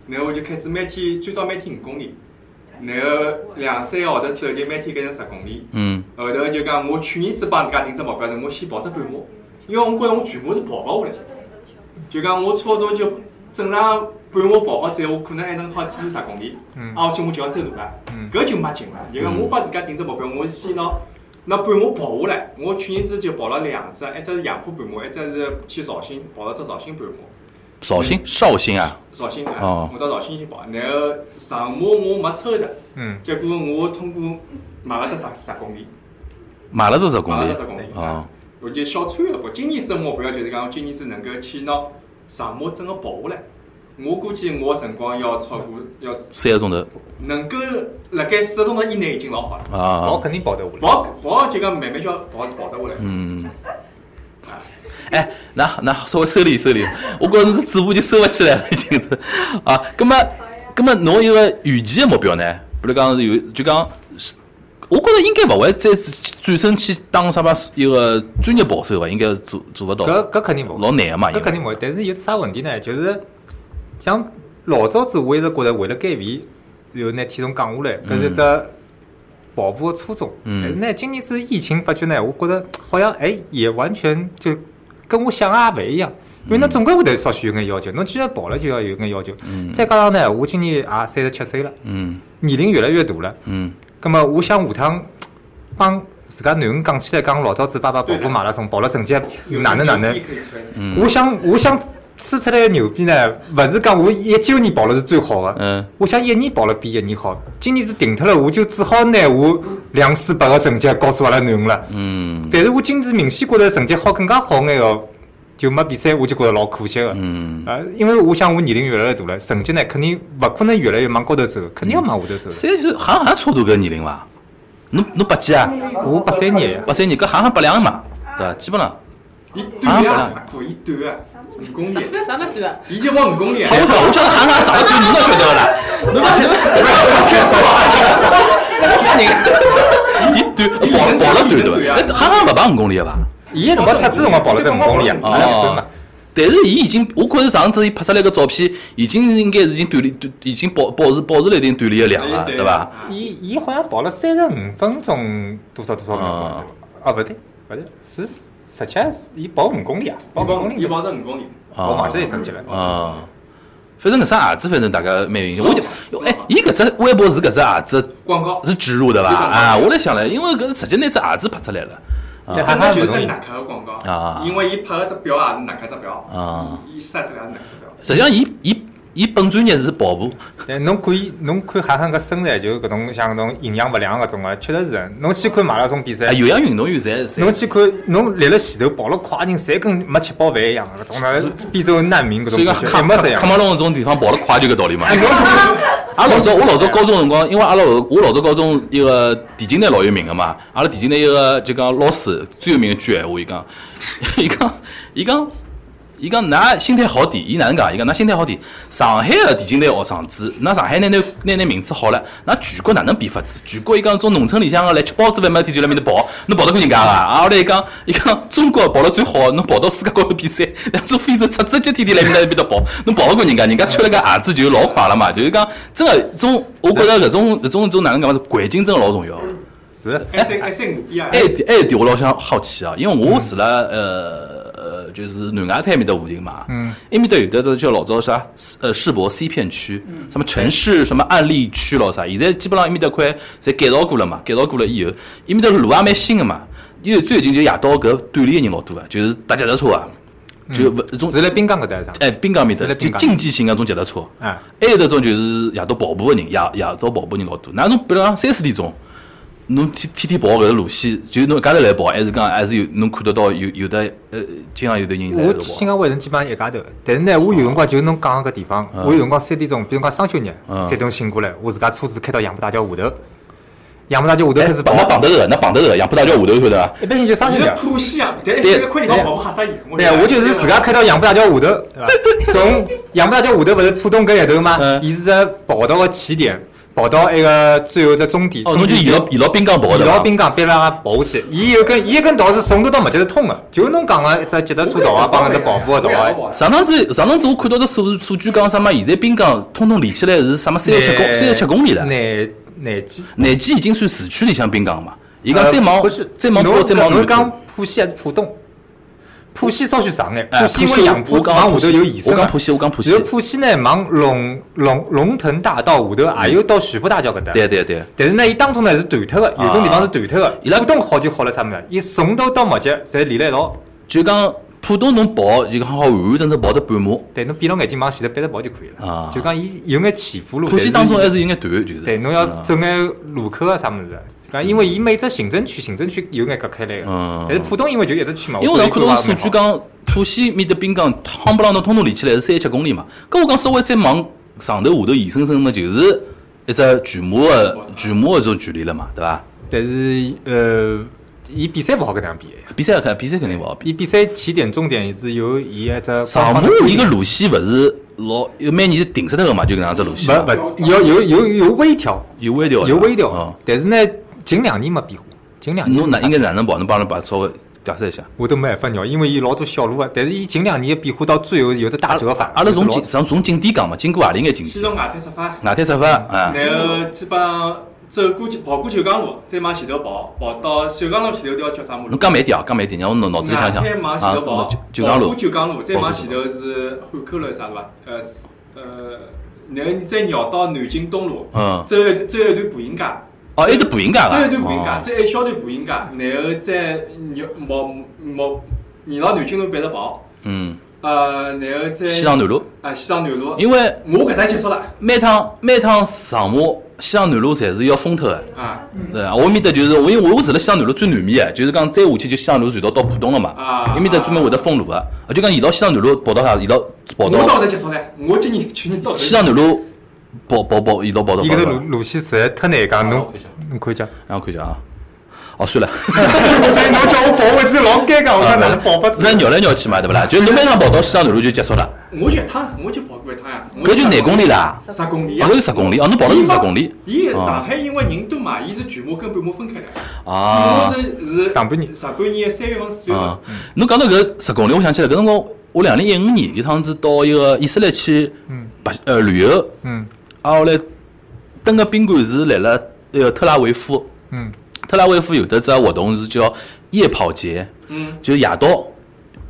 Speaker 9: 然后我就开始每天最早每天五公里，然后两三个号头之后就每天改成十公里。
Speaker 3: 嗯
Speaker 9: 后头就讲，我去年子帮自家定只目标是，我先跑只半马，因为我觉着我全马是跑勿下来。就讲我差不多就正常半马跑好之后，我可能还能好坚持十公里。
Speaker 4: 嗯
Speaker 9: 挨下去我就要走路了
Speaker 4: 嗯，
Speaker 9: 搿就没劲了。就讲我帮自家定只目标，我先拿拿半马跑下来。我去年子就跑了两只，一只是杨浦半马，一只是去绍兴跑了只绍兴半马。
Speaker 3: 绍兴
Speaker 4: 嗯
Speaker 3: 绍兴啊，
Speaker 9: 绍兴
Speaker 3: 哦
Speaker 9: 啊，我到绍兴去跑，然后上马我没抽着，
Speaker 4: 嗯，
Speaker 9: 结果我通过买了只十十公里，
Speaker 3: 买了这十公
Speaker 9: 买了
Speaker 3: 里
Speaker 9: 只十公里，啊
Speaker 3: 哦，
Speaker 9: 我就小穿了跑。今年子目标就是讲，今年子能够去拿上马整个跑下来。我估计我辰光要超过要
Speaker 3: 三个钟头
Speaker 9: 能够辣盖四个钟头以内已经老好了。
Speaker 4: 跑
Speaker 3: 啊，
Speaker 4: 肯定跑得下来。
Speaker 9: 跑跑就讲慢慢叫跑跑得下来。
Speaker 3: 嗯。哎，那那稍微收敛收敛，我觉着这嘴巴就收勿起来了，已经是啊。葛么，葛么侬有个预期的目标呢？比如讲是有，就讲，我觉着应该勿会再转身去当啥么一个专业跑手伐？应该做做勿到，
Speaker 4: 搿搿肯定跑。
Speaker 3: 老难个嘛。
Speaker 4: 搿肯定没，但是有啥问题呢？就是像老早子我一直觉得为了减肥，然后呢体重降下来，搿是只跑步的初衷。
Speaker 3: 嗯
Speaker 4: 但是呢，今年子疫情发觉呢，我觉得好像哎也完全就跟我想的也勿一样。因为侬总归会得稍许有眼要求，侬既然跑了就要有眼要求。再加上呢，我今年也啊三十七岁了，
Speaker 3: 嗯
Speaker 4: 年龄越来越大了。
Speaker 3: 嗯
Speaker 4: 咁么，我想下趟帮自家囡恩讲起来，讲老早子爸爸跑过马拉松，跑了成绩哪能哪能。
Speaker 9: 有一可以吹
Speaker 4: 我想，我想吹出来的牛逼呢，勿是讲我一九年跑了是最好的，
Speaker 3: 嗯，
Speaker 4: 我想一年跑了比一年好。今年是停脱了，我就只好拿我两四百个成绩告诉阿拉囡恩了。
Speaker 3: 嗯
Speaker 4: 但是我今次明显觉得成绩好更加好眼哦，就没比赛，我就觉得老可惜的。
Speaker 3: 嗯，
Speaker 4: 啊，因为我想我年龄越来越大了，成绩呢肯定勿可能越来越往高头走，肯定要往下头走。
Speaker 3: 三十岁行行差不多搿年龄伐？侬侬八几啊？
Speaker 4: 我八三年的呀，
Speaker 3: 八三年，搿行行八两个嘛，对伐？基本上。
Speaker 9: 伊短
Speaker 3: 啊
Speaker 9: 啊，
Speaker 3: 不
Speaker 9: 勿可以短啊，五公里，
Speaker 5: 啥么子啊？
Speaker 9: 伊就跑五公里啊。
Speaker 3: 好不好？我晓得行行啥个对，侬哪晓得啦？侬勿晓得？伊短，跑跑了短对伐？那行行勿跑五公里个伐？
Speaker 4: 伊个辰光测试辰光跑了只五公里啊，
Speaker 3: 哦
Speaker 4: 阿拉勿走嘛。
Speaker 3: 但是伊已经，我觉着上次伊拍出来个照片，已经是应该是已经锻炼，锻已经保保持保持了一定锻炼的量了，对伐？
Speaker 4: 伊伊好像跑了三十五分钟多少多少秒
Speaker 3: 哦
Speaker 4: 吧？啊，勿对，勿对，是十七，伊跑五公里啊，跑
Speaker 9: 跑
Speaker 4: 五公
Speaker 9: 伊
Speaker 4: 里，
Speaker 9: 跑只五公里，
Speaker 3: 啊
Speaker 4: 我忘记伊成绩了。
Speaker 3: 啊，反正搿只鞋子，反正大家蛮有印象。我就哎，伊搿只微博是搿只鞋子
Speaker 9: 广告。
Speaker 3: 是植入的伐？啊，我来想了，因为搿直接拿只鞋子拍出来了
Speaker 4: 但
Speaker 9: 真
Speaker 4: 还
Speaker 9: 的
Speaker 4: 还
Speaker 9: 就
Speaker 4: 勿
Speaker 9: 是
Speaker 4: 容易
Speaker 9: 耐。克的广告
Speaker 3: 啊
Speaker 9: 因为伊拍个只表也是耐克只表，
Speaker 3: 啊。
Speaker 9: 伊晒出来也是耐克只表。
Speaker 3: 实际上，伊伊伊本专业是跑步，
Speaker 4: 但侬看伊，侬看韩寒搿身材，就是搿种像搿种营养勿良搿种个，确实是的。侬去看马拉松比
Speaker 1: 哎
Speaker 3: 啊，
Speaker 4: 赛，
Speaker 3: 有氧运动员侪
Speaker 4: 侬
Speaker 3: 侪，
Speaker 4: 去看侬立了前头跑了快的人，侪跟没吃饱饭一样，搿种的非洲难民搿
Speaker 3: 所以
Speaker 4: 种
Speaker 3: 讲
Speaker 4: 感觉，
Speaker 3: 卡
Speaker 4: 也哎没这
Speaker 3: 卡
Speaker 4: 样。
Speaker 3: 马龙这种地方跑得快就搿道理嘛。 <laughs> 阿拉老早我老早高中辰光，因为阿拉老我老早高中一个电竞队老有名个嘛，阿拉电竞队一个就讲老师最有名的一句闲话，伊讲， <laughs> 伊讲，伊讲。伊讲，㑚心态好点，伊哪能讲？伊讲，㑚心态好点。上海个电竞队学生子，㑚上海拿拿拿拿名次好了，㑚全国哪能比法子？全国伊讲，从农村里向个来吃包子饭，每天就辣面头跑，侬跑得过人家伐？啊，后来伊讲，伊讲中国跑了最好，侬跑到世界高头比赛，两种非洲赤子脚天天辣面头面头跑，侬跑得过人家？人家穿了个鞋子就老快了嘛，就是讲，真个种，我觉着搿种搿种种哪能讲法子？环境真个老重要。
Speaker 4: 是的，
Speaker 9: 还三还三五比啊，
Speaker 4: 哎
Speaker 3: 埃点埃哎点，我老想好奇啊，因为我住辣呃呃，就是南外滩埃面搭附近嘛，嗯，埃面搭有的这叫老早啥呃世博 C 片区，
Speaker 4: 嗯
Speaker 3: 什么城市什么案例区咯啥，现在基本上埃面搭块侪改造过了嘛，改造过了以后，埃面搭路也蛮新个嘛，因为最近就夜到搿锻炼个人老多啊，就是踏脚踏车啊。就勿一种
Speaker 4: 嗯是辣滨江搿搭上，
Speaker 3: 哎滨江面
Speaker 4: 是
Speaker 3: 搭
Speaker 4: 辣
Speaker 3: 就
Speaker 4: 滨江
Speaker 3: 竞技性个种脚踏车，
Speaker 4: 哎，
Speaker 3: 还有得种就是夜到跑步个人，夜夜到跑步人老多。那侬比如讲三四点钟，侬天天天跑搿个路线，就是侬一家头来跑，还是讲还是有侬看得到有有的呃，经常有的人来是
Speaker 4: 我去
Speaker 3: 跑
Speaker 4: 新。疆卫城基本上一家头，但是呢，我有辰光就是侬讲个搿地方，
Speaker 3: 啊
Speaker 4: 我有辰光三点钟，比如讲双休日，
Speaker 3: 嗯
Speaker 4: 三点钟醒过来，我自家车子开到杨浦大桥下头，杨浦大桥下头
Speaker 3: 哎
Speaker 4: 开始跑
Speaker 3: 碰，到碰得个，那碰得个，杨浦大桥下头晓得伐？
Speaker 4: 一般性就双休
Speaker 7: 你
Speaker 4: 日
Speaker 7: 个。浦西啊，但是个快点跑跑吓死人。
Speaker 4: 哎对，哎
Speaker 3: 啊
Speaker 4: 啊我就是自家开到杨浦大桥下头，对吧？从杨浦大桥下头勿是浦东搿一头吗
Speaker 3: 嗯？
Speaker 4: 伊是在跑道个起点，跑到一个最后只终点。
Speaker 3: 哦，侬就
Speaker 4: 终
Speaker 3: 沿
Speaker 4: 点
Speaker 3: 牢沿牢滨江跑
Speaker 4: 沿
Speaker 3: 的
Speaker 4: 牢
Speaker 3: 伐？
Speaker 4: 滨江边浪跑下去，伊有根伊一根道是从头到末就是通个，就是侬讲个一只脚踏车道啊，帮搿只跑步个道啊。
Speaker 3: 上趟子上趟子我看到的数数据讲啥么？现在滨江统统连起来是啥么三十七公三十七公里了。
Speaker 4: 南南极。
Speaker 3: 南极已经算市区里向滨江嘛？伊讲
Speaker 4: 呃
Speaker 3: 再往
Speaker 4: 不是
Speaker 3: 再往
Speaker 4: 侬
Speaker 3: 跑再往
Speaker 4: 侬
Speaker 3: 南
Speaker 4: 讲
Speaker 3: 头。
Speaker 4: 浦西还是浦东？浦西稍许长眼，
Speaker 3: 哎
Speaker 4: 浦西因为杨浦
Speaker 3: 我讲
Speaker 4: 往下
Speaker 3: 浦
Speaker 4: 头
Speaker 3: 西
Speaker 4: 有延伸
Speaker 3: 我
Speaker 4: 啊
Speaker 3: 讲浦西我讲浦西
Speaker 4: 然后浦西呢，往龙龙龙腾大道下头，也有到徐浦大桥搿搭。
Speaker 3: 嗯对对对，
Speaker 4: 但是呢，伊当中呢是断脱个，有种地方是断脱个。
Speaker 3: 伊拉
Speaker 4: 浦东好就好了啥物事？伊从头到末节侪连辣一道，
Speaker 3: 就讲浦东侬跑就讲好完完整整跑只半马，
Speaker 4: 对侬闭牢眼睛往前头逼着跑就可以了。
Speaker 3: 啊
Speaker 4: 就讲伊有眼起伏路。
Speaker 3: 浦西
Speaker 4: 但
Speaker 3: 当中
Speaker 4: 伊
Speaker 3: 还是有眼短，就是。
Speaker 4: 对，侬要
Speaker 3: 嗯
Speaker 4: 走眼路口啊啥物事。讲因为伊每只行政区，行政区有眼隔开来个
Speaker 3: 嗯，
Speaker 4: 但是浦东因为就一只区嘛，
Speaker 3: 因为我
Speaker 4: 觉
Speaker 3: 上
Speaker 4: 得
Speaker 3: 看
Speaker 4: 规
Speaker 3: 到
Speaker 4: 划
Speaker 3: 数
Speaker 4: 蛮
Speaker 3: 据
Speaker 4: 好
Speaker 3: 讲，浦西面的滨江，夯不啷当统统连起来是三十七公里嘛。搿我讲稍微再往上头下头延伸伸嘛，就是一只全马的全马的种距离了嘛，对伐？
Speaker 4: 但是呃，伊比赛勿好搿能样比，
Speaker 3: 比赛肯比赛肯定勿好比。
Speaker 4: 伊比赛起点终点是由伊一只
Speaker 3: 上马伊
Speaker 4: 一
Speaker 3: 个路线勿是老，有每年是定出脱个嘛，就搿能样只路
Speaker 4: 勿
Speaker 3: 线啊嘛，
Speaker 4: 勿有有有有微调，
Speaker 3: 有微调的，
Speaker 4: 有微
Speaker 3: 哦
Speaker 4: 调，嗯但是呢，近两年没变化，近两
Speaker 3: 侬
Speaker 4: 年
Speaker 3: 哪应该哪能跑？侬帮侬把稍微解释一下。
Speaker 4: 我都没办法鸟，因为伊老多小路啊，但是伊近两年的变化到最后有只大折返。
Speaker 3: 阿拉
Speaker 4: 就是
Speaker 3: 从
Speaker 4: 老
Speaker 3: 景从从景点讲嘛，经过何里眼景
Speaker 7: 先
Speaker 3: 点？
Speaker 7: 从外滩出发，
Speaker 3: 外滩出发啊，
Speaker 7: 然后基本上走过去跑过九江路，再往前头跑，跑到九江路前头条叫啥马路
Speaker 3: 侬？讲慢点啊，讲慢点，让我脑脑子里想想
Speaker 7: 外滩往前
Speaker 3: 啊
Speaker 7: 头，跑，
Speaker 3: 九九江
Speaker 7: 跑
Speaker 3: 路
Speaker 7: 过，九江路，再
Speaker 3: 跑过
Speaker 7: 往
Speaker 3: 九
Speaker 7: 前
Speaker 3: 江
Speaker 7: 头是汉口路啥对伐？呃是呃，然后你再绕到南京东路，
Speaker 3: 嗯，
Speaker 7: 走一走一段步行街。
Speaker 3: 哦，还有得步行街啊，
Speaker 7: 走一段步行街
Speaker 3: 哦，
Speaker 7: 走一小段步行街，然后再绕毛毛沿牢南京路一直跑，
Speaker 3: 嗯，
Speaker 7: 呃，然后再
Speaker 3: 西藏南路，
Speaker 7: 啊西藏南路，
Speaker 3: 因为
Speaker 7: 我搿搭结束了
Speaker 3: 每趟每趟上马西藏南路侪是要封脱的，
Speaker 7: 啊
Speaker 3: 对吧？我面搭就是我因为我住辣西藏南路最南面的，就是讲再下去就西藏南路隧道到浦东了嘛，
Speaker 7: 啊！
Speaker 3: 伊面搭专门会得封路的，啊就讲沿牢西藏南路跑到啥，沿牢跑
Speaker 7: 我到搿
Speaker 3: 到
Speaker 7: 搭结束了，我今年去年到
Speaker 3: 哦西藏南路跑跑跑，沿牢跑到
Speaker 4: 伊
Speaker 3: 跑
Speaker 4: 搿
Speaker 3: 到
Speaker 4: 条路，路线实在太难讲，侬侬看一下，
Speaker 3: 让我看一下啊，哦
Speaker 4: <laughs>
Speaker 3: 算了。
Speaker 4: 所以
Speaker 3: <laughs>
Speaker 4: 侬叫我跑回去老尴尬，我讲哪能跑法子？
Speaker 3: 那绕来绕去嘛，对不啦？就侬每趟跑到西藏南路就结束了，
Speaker 7: 我就一趟，我就跑过一趟呀，
Speaker 3: 搿就廿公里啦，
Speaker 7: 十公里
Speaker 3: 啊，
Speaker 7: 呀
Speaker 3: 搿，就十公里，哦，侬跑了是十公里
Speaker 7: 伊
Speaker 3: 哦
Speaker 7: 上海因为人多嘛，伊是全马跟半马分开的，
Speaker 3: 啊
Speaker 7: 我是是
Speaker 4: 上半年
Speaker 7: 上半年三月份四月份
Speaker 3: 啊。侬讲到搿十公里，我想起来搿辰光，我两零一五年有趟子到一个以色列去白呃旅游，
Speaker 4: 嗯
Speaker 3: 啊，后来登个宾馆是来了那个特拉维夫，
Speaker 4: 嗯，
Speaker 3: 特拉维夫有的只活动是叫夜跑节，
Speaker 7: 嗯，
Speaker 3: 就是夜到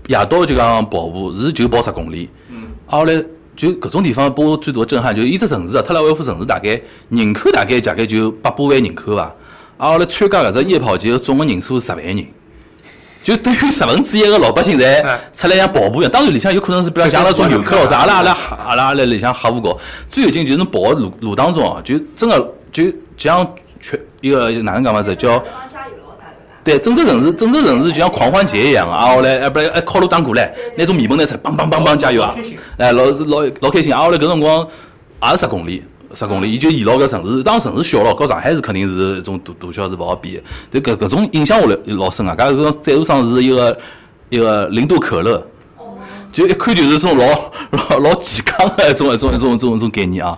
Speaker 3: 夜到就讲跑步是就跑十公里，
Speaker 7: 嗯，
Speaker 3: 啊后来就搿种地方拨我最大的震撼，就是伊只城市啊，特拉维夫城市大概人口大概大概就八百万人口伐，啊后来参加搿只夜跑节的总个人数是十万人。就等于十分之一个老百姓 <laughs> 侪
Speaker 4: 哎
Speaker 3: 出来像跑步一样，当然里向有可能是比如像阿拉种游客咯啥，阿拉阿拉阿拉阿拉里向瞎胡搞。最有劲就是侬跑的路路当中哦，就真个就就像全一个哪能讲法子叫
Speaker 6: 加油了，大对吧？
Speaker 3: 对，整只城市，整只城市就像狂欢节一样啊！后来，哎，不然，哎，敲锣打鼓嘞，拿种面粉拿出来，梆梆梆梆，加油啊！哎，老是老老开心啊！后来搿辰光也是十公里，十公里，伊就沿牢搿城市，当然城市小咯，和上海是肯定是一种大大小是勿好比的。但搿搿种印象我来老深啊！搿搿种赞助商是一个一个零度可乐，就一看就是种老老 <laughs> 老健康的一种一种一种一种一种概念啊！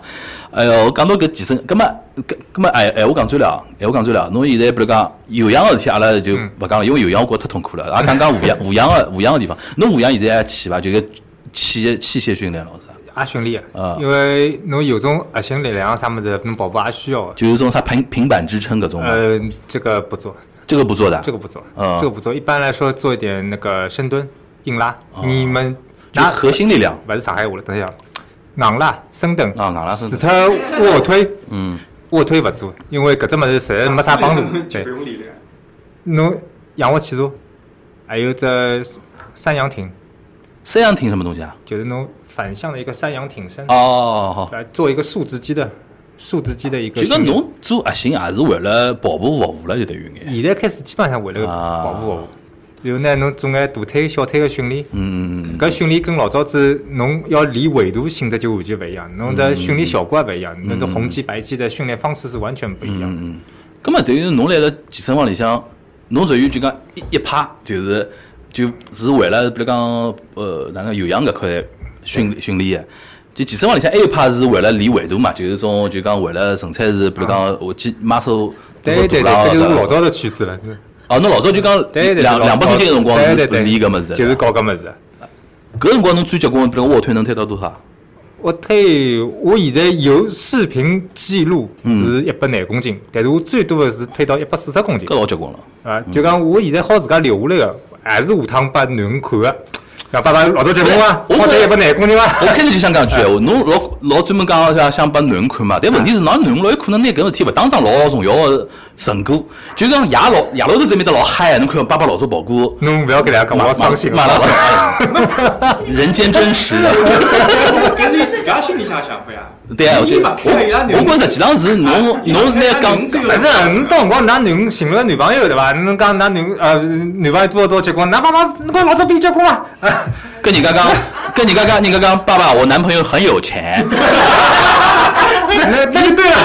Speaker 3: 哎哟，我讲到搿健身，葛末搿葛末哎哎，我讲转了啊，哎我讲转了，侬现在比如讲有氧个事体，阿拉就勿讲了，因为有氧我觉着太痛苦了。也
Speaker 1: 嗯
Speaker 3: 讲讲无氧无氧个无氧个地方，侬无氧现在还去伐？就搿器器械训练咯啥？
Speaker 4: 也训练
Speaker 3: 啊
Speaker 4: 个，因为侬有种核心力量啥物事，侬跑步也啊需要个。
Speaker 3: 就是种啥平平板支撑搿种嘛，
Speaker 4: 呃，这个不做，
Speaker 3: 这个不做嗯的啊，
Speaker 4: 这个不做，
Speaker 3: 嗯
Speaker 4: 这个不做。一般来说，做一点那个深蹲、硬拉。你们
Speaker 3: 啊就是
Speaker 4: 拿
Speaker 3: 核心力量
Speaker 4: 不是上海话了，等一下，硬拉、深蹲
Speaker 3: 啊硬拉深蹲
Speaker 4: 除脱卧推，
Speaker 3: 嗯，
Speaker 4: 卧推不做，因为搿只物事实在没啥
Speaker 3: <laughs>
Speaker 4: 帮助。
Speaker 7: <laughs> 就不
Speaker 4: 对，
Speaker 7: 用理了。
Speaker 4: 侬仰卧起坐，还有只三阳挺，
Speaker 3: 三羊挺什么东西啊？
Speaker 4: 就是侬反向的一个三羊挺身，
Speaker 3: 哦，好，
Speaker 4: 来做一个竖直肌的竖直肌的一个
Speaker 3: 就
Speaker 4: 训
Speaker 3: 讲
Speaker 4: 练。
Speaker 3: 侬做核心啊也是为了跑步服务了，就等于眼。
Speaker 4: 现在开始基本上为了
Speaker 3: 啊
Speaker 4: 保护我，然后呢，侬做眼大腿、小腿个训练。
Speaker 3: 嗯嗯嗯，
Speaker 4: 搿训练跟老早子侬要练维度性质就完全勿一样，侬的训练效果也勿一样，
Speaker 3: 嗯
Speaker 4: 侬的红肌白肌的训练方式是完全不一样的。
Speaker 3: 咁么等于侬来了健身房里向，侬属于就讲一一趴，就是就是为了比如讲呃哪能有氧搿块训训练的。就健身房里向还有一趴是为了练维度嘛，就是种就讲为了纯粹是比如讲我去 muscle
Speaker 4: 啊对对对，
Speaker 3: 搿
Speaker 4: 搿就是老早的曲子了。
Speaker 3: 哦，侬老早就讲
Speaker 4: 对对对，
Speaker 3: 两两百多斤的辰光
Speaker 4: 对
Speaker 3: 是
Speaker 4: 对对，
Speaker 3: 练搿物事的，
Speaker 4: 就是搞搿物事。
Speaker 3: 搿辰光侬最结棍，比如讲卧推能推到多少？
Speaker 4: 我推，我现在有视频记录
Speaker 3: 嗯
Speaker 4: 是一百廿公斤，但是我最多的是推到一百四十公斤
Speaker 3: 搿。老结棍了。
Speaker 4: 啊，就讲我现在好自家留下来个，还是下趟拨囡恩看个。讲啊爸爸老早结婚伐？
Speaker 3: 我
Speaker 4: 好
Speaker 3: 觉得
Speaker 4: 推一百廿公斤伐？
Speaker 3: 我开始就想讲
Speaker 4: 啊
Speaker 3: 一句闲话，侬老老专门讲想想拨囡恩看嘛，但问题是，㑚囡恩老有可能拿搿事体勿当桩老重要个成果，就讲爷老爷老头子在面搭老嗨，侬看爸爸老早跑过
Speaker 4: 侬勿要跟大家讲，
Speaker 3: 马
Speaker 4: 我要
Speaker 3: 马
Speaker 4: 伤心
Speaker 3: 马
Speaker 4: 了。
Speaker 3: 拉松，
Speaker 4: <laughs>
Speaker 3: 人间真实。啊
Speaker 7: 但是伊自家心里向想法呀。
Speaker 3: 对啊，我觉得
Speaker 7: 伊勿开伊拉囡
Speaker 3: 我
Speaker 7: 恩
Speaker 3: 我觉实际上
Speaker 4: 啊
Speaker 3: 是侬侬拿
Speaker 7: 伊拉
Speaker 3: 讲
Speaker 7: 囡恩最有
Speaker 4: 不是，你到辰光㑚囡恩寻了男朋友对伐？侬讲㑚囡呃男朋友多少多少结棍，㑚爸爸侬讲老早比结婚啊 <laughs> 伐？
Speaker 3: 跟人家讲跟人家讲人家讲爸爸，我男朋友很有钱。
Speaker 4: 那那就对了，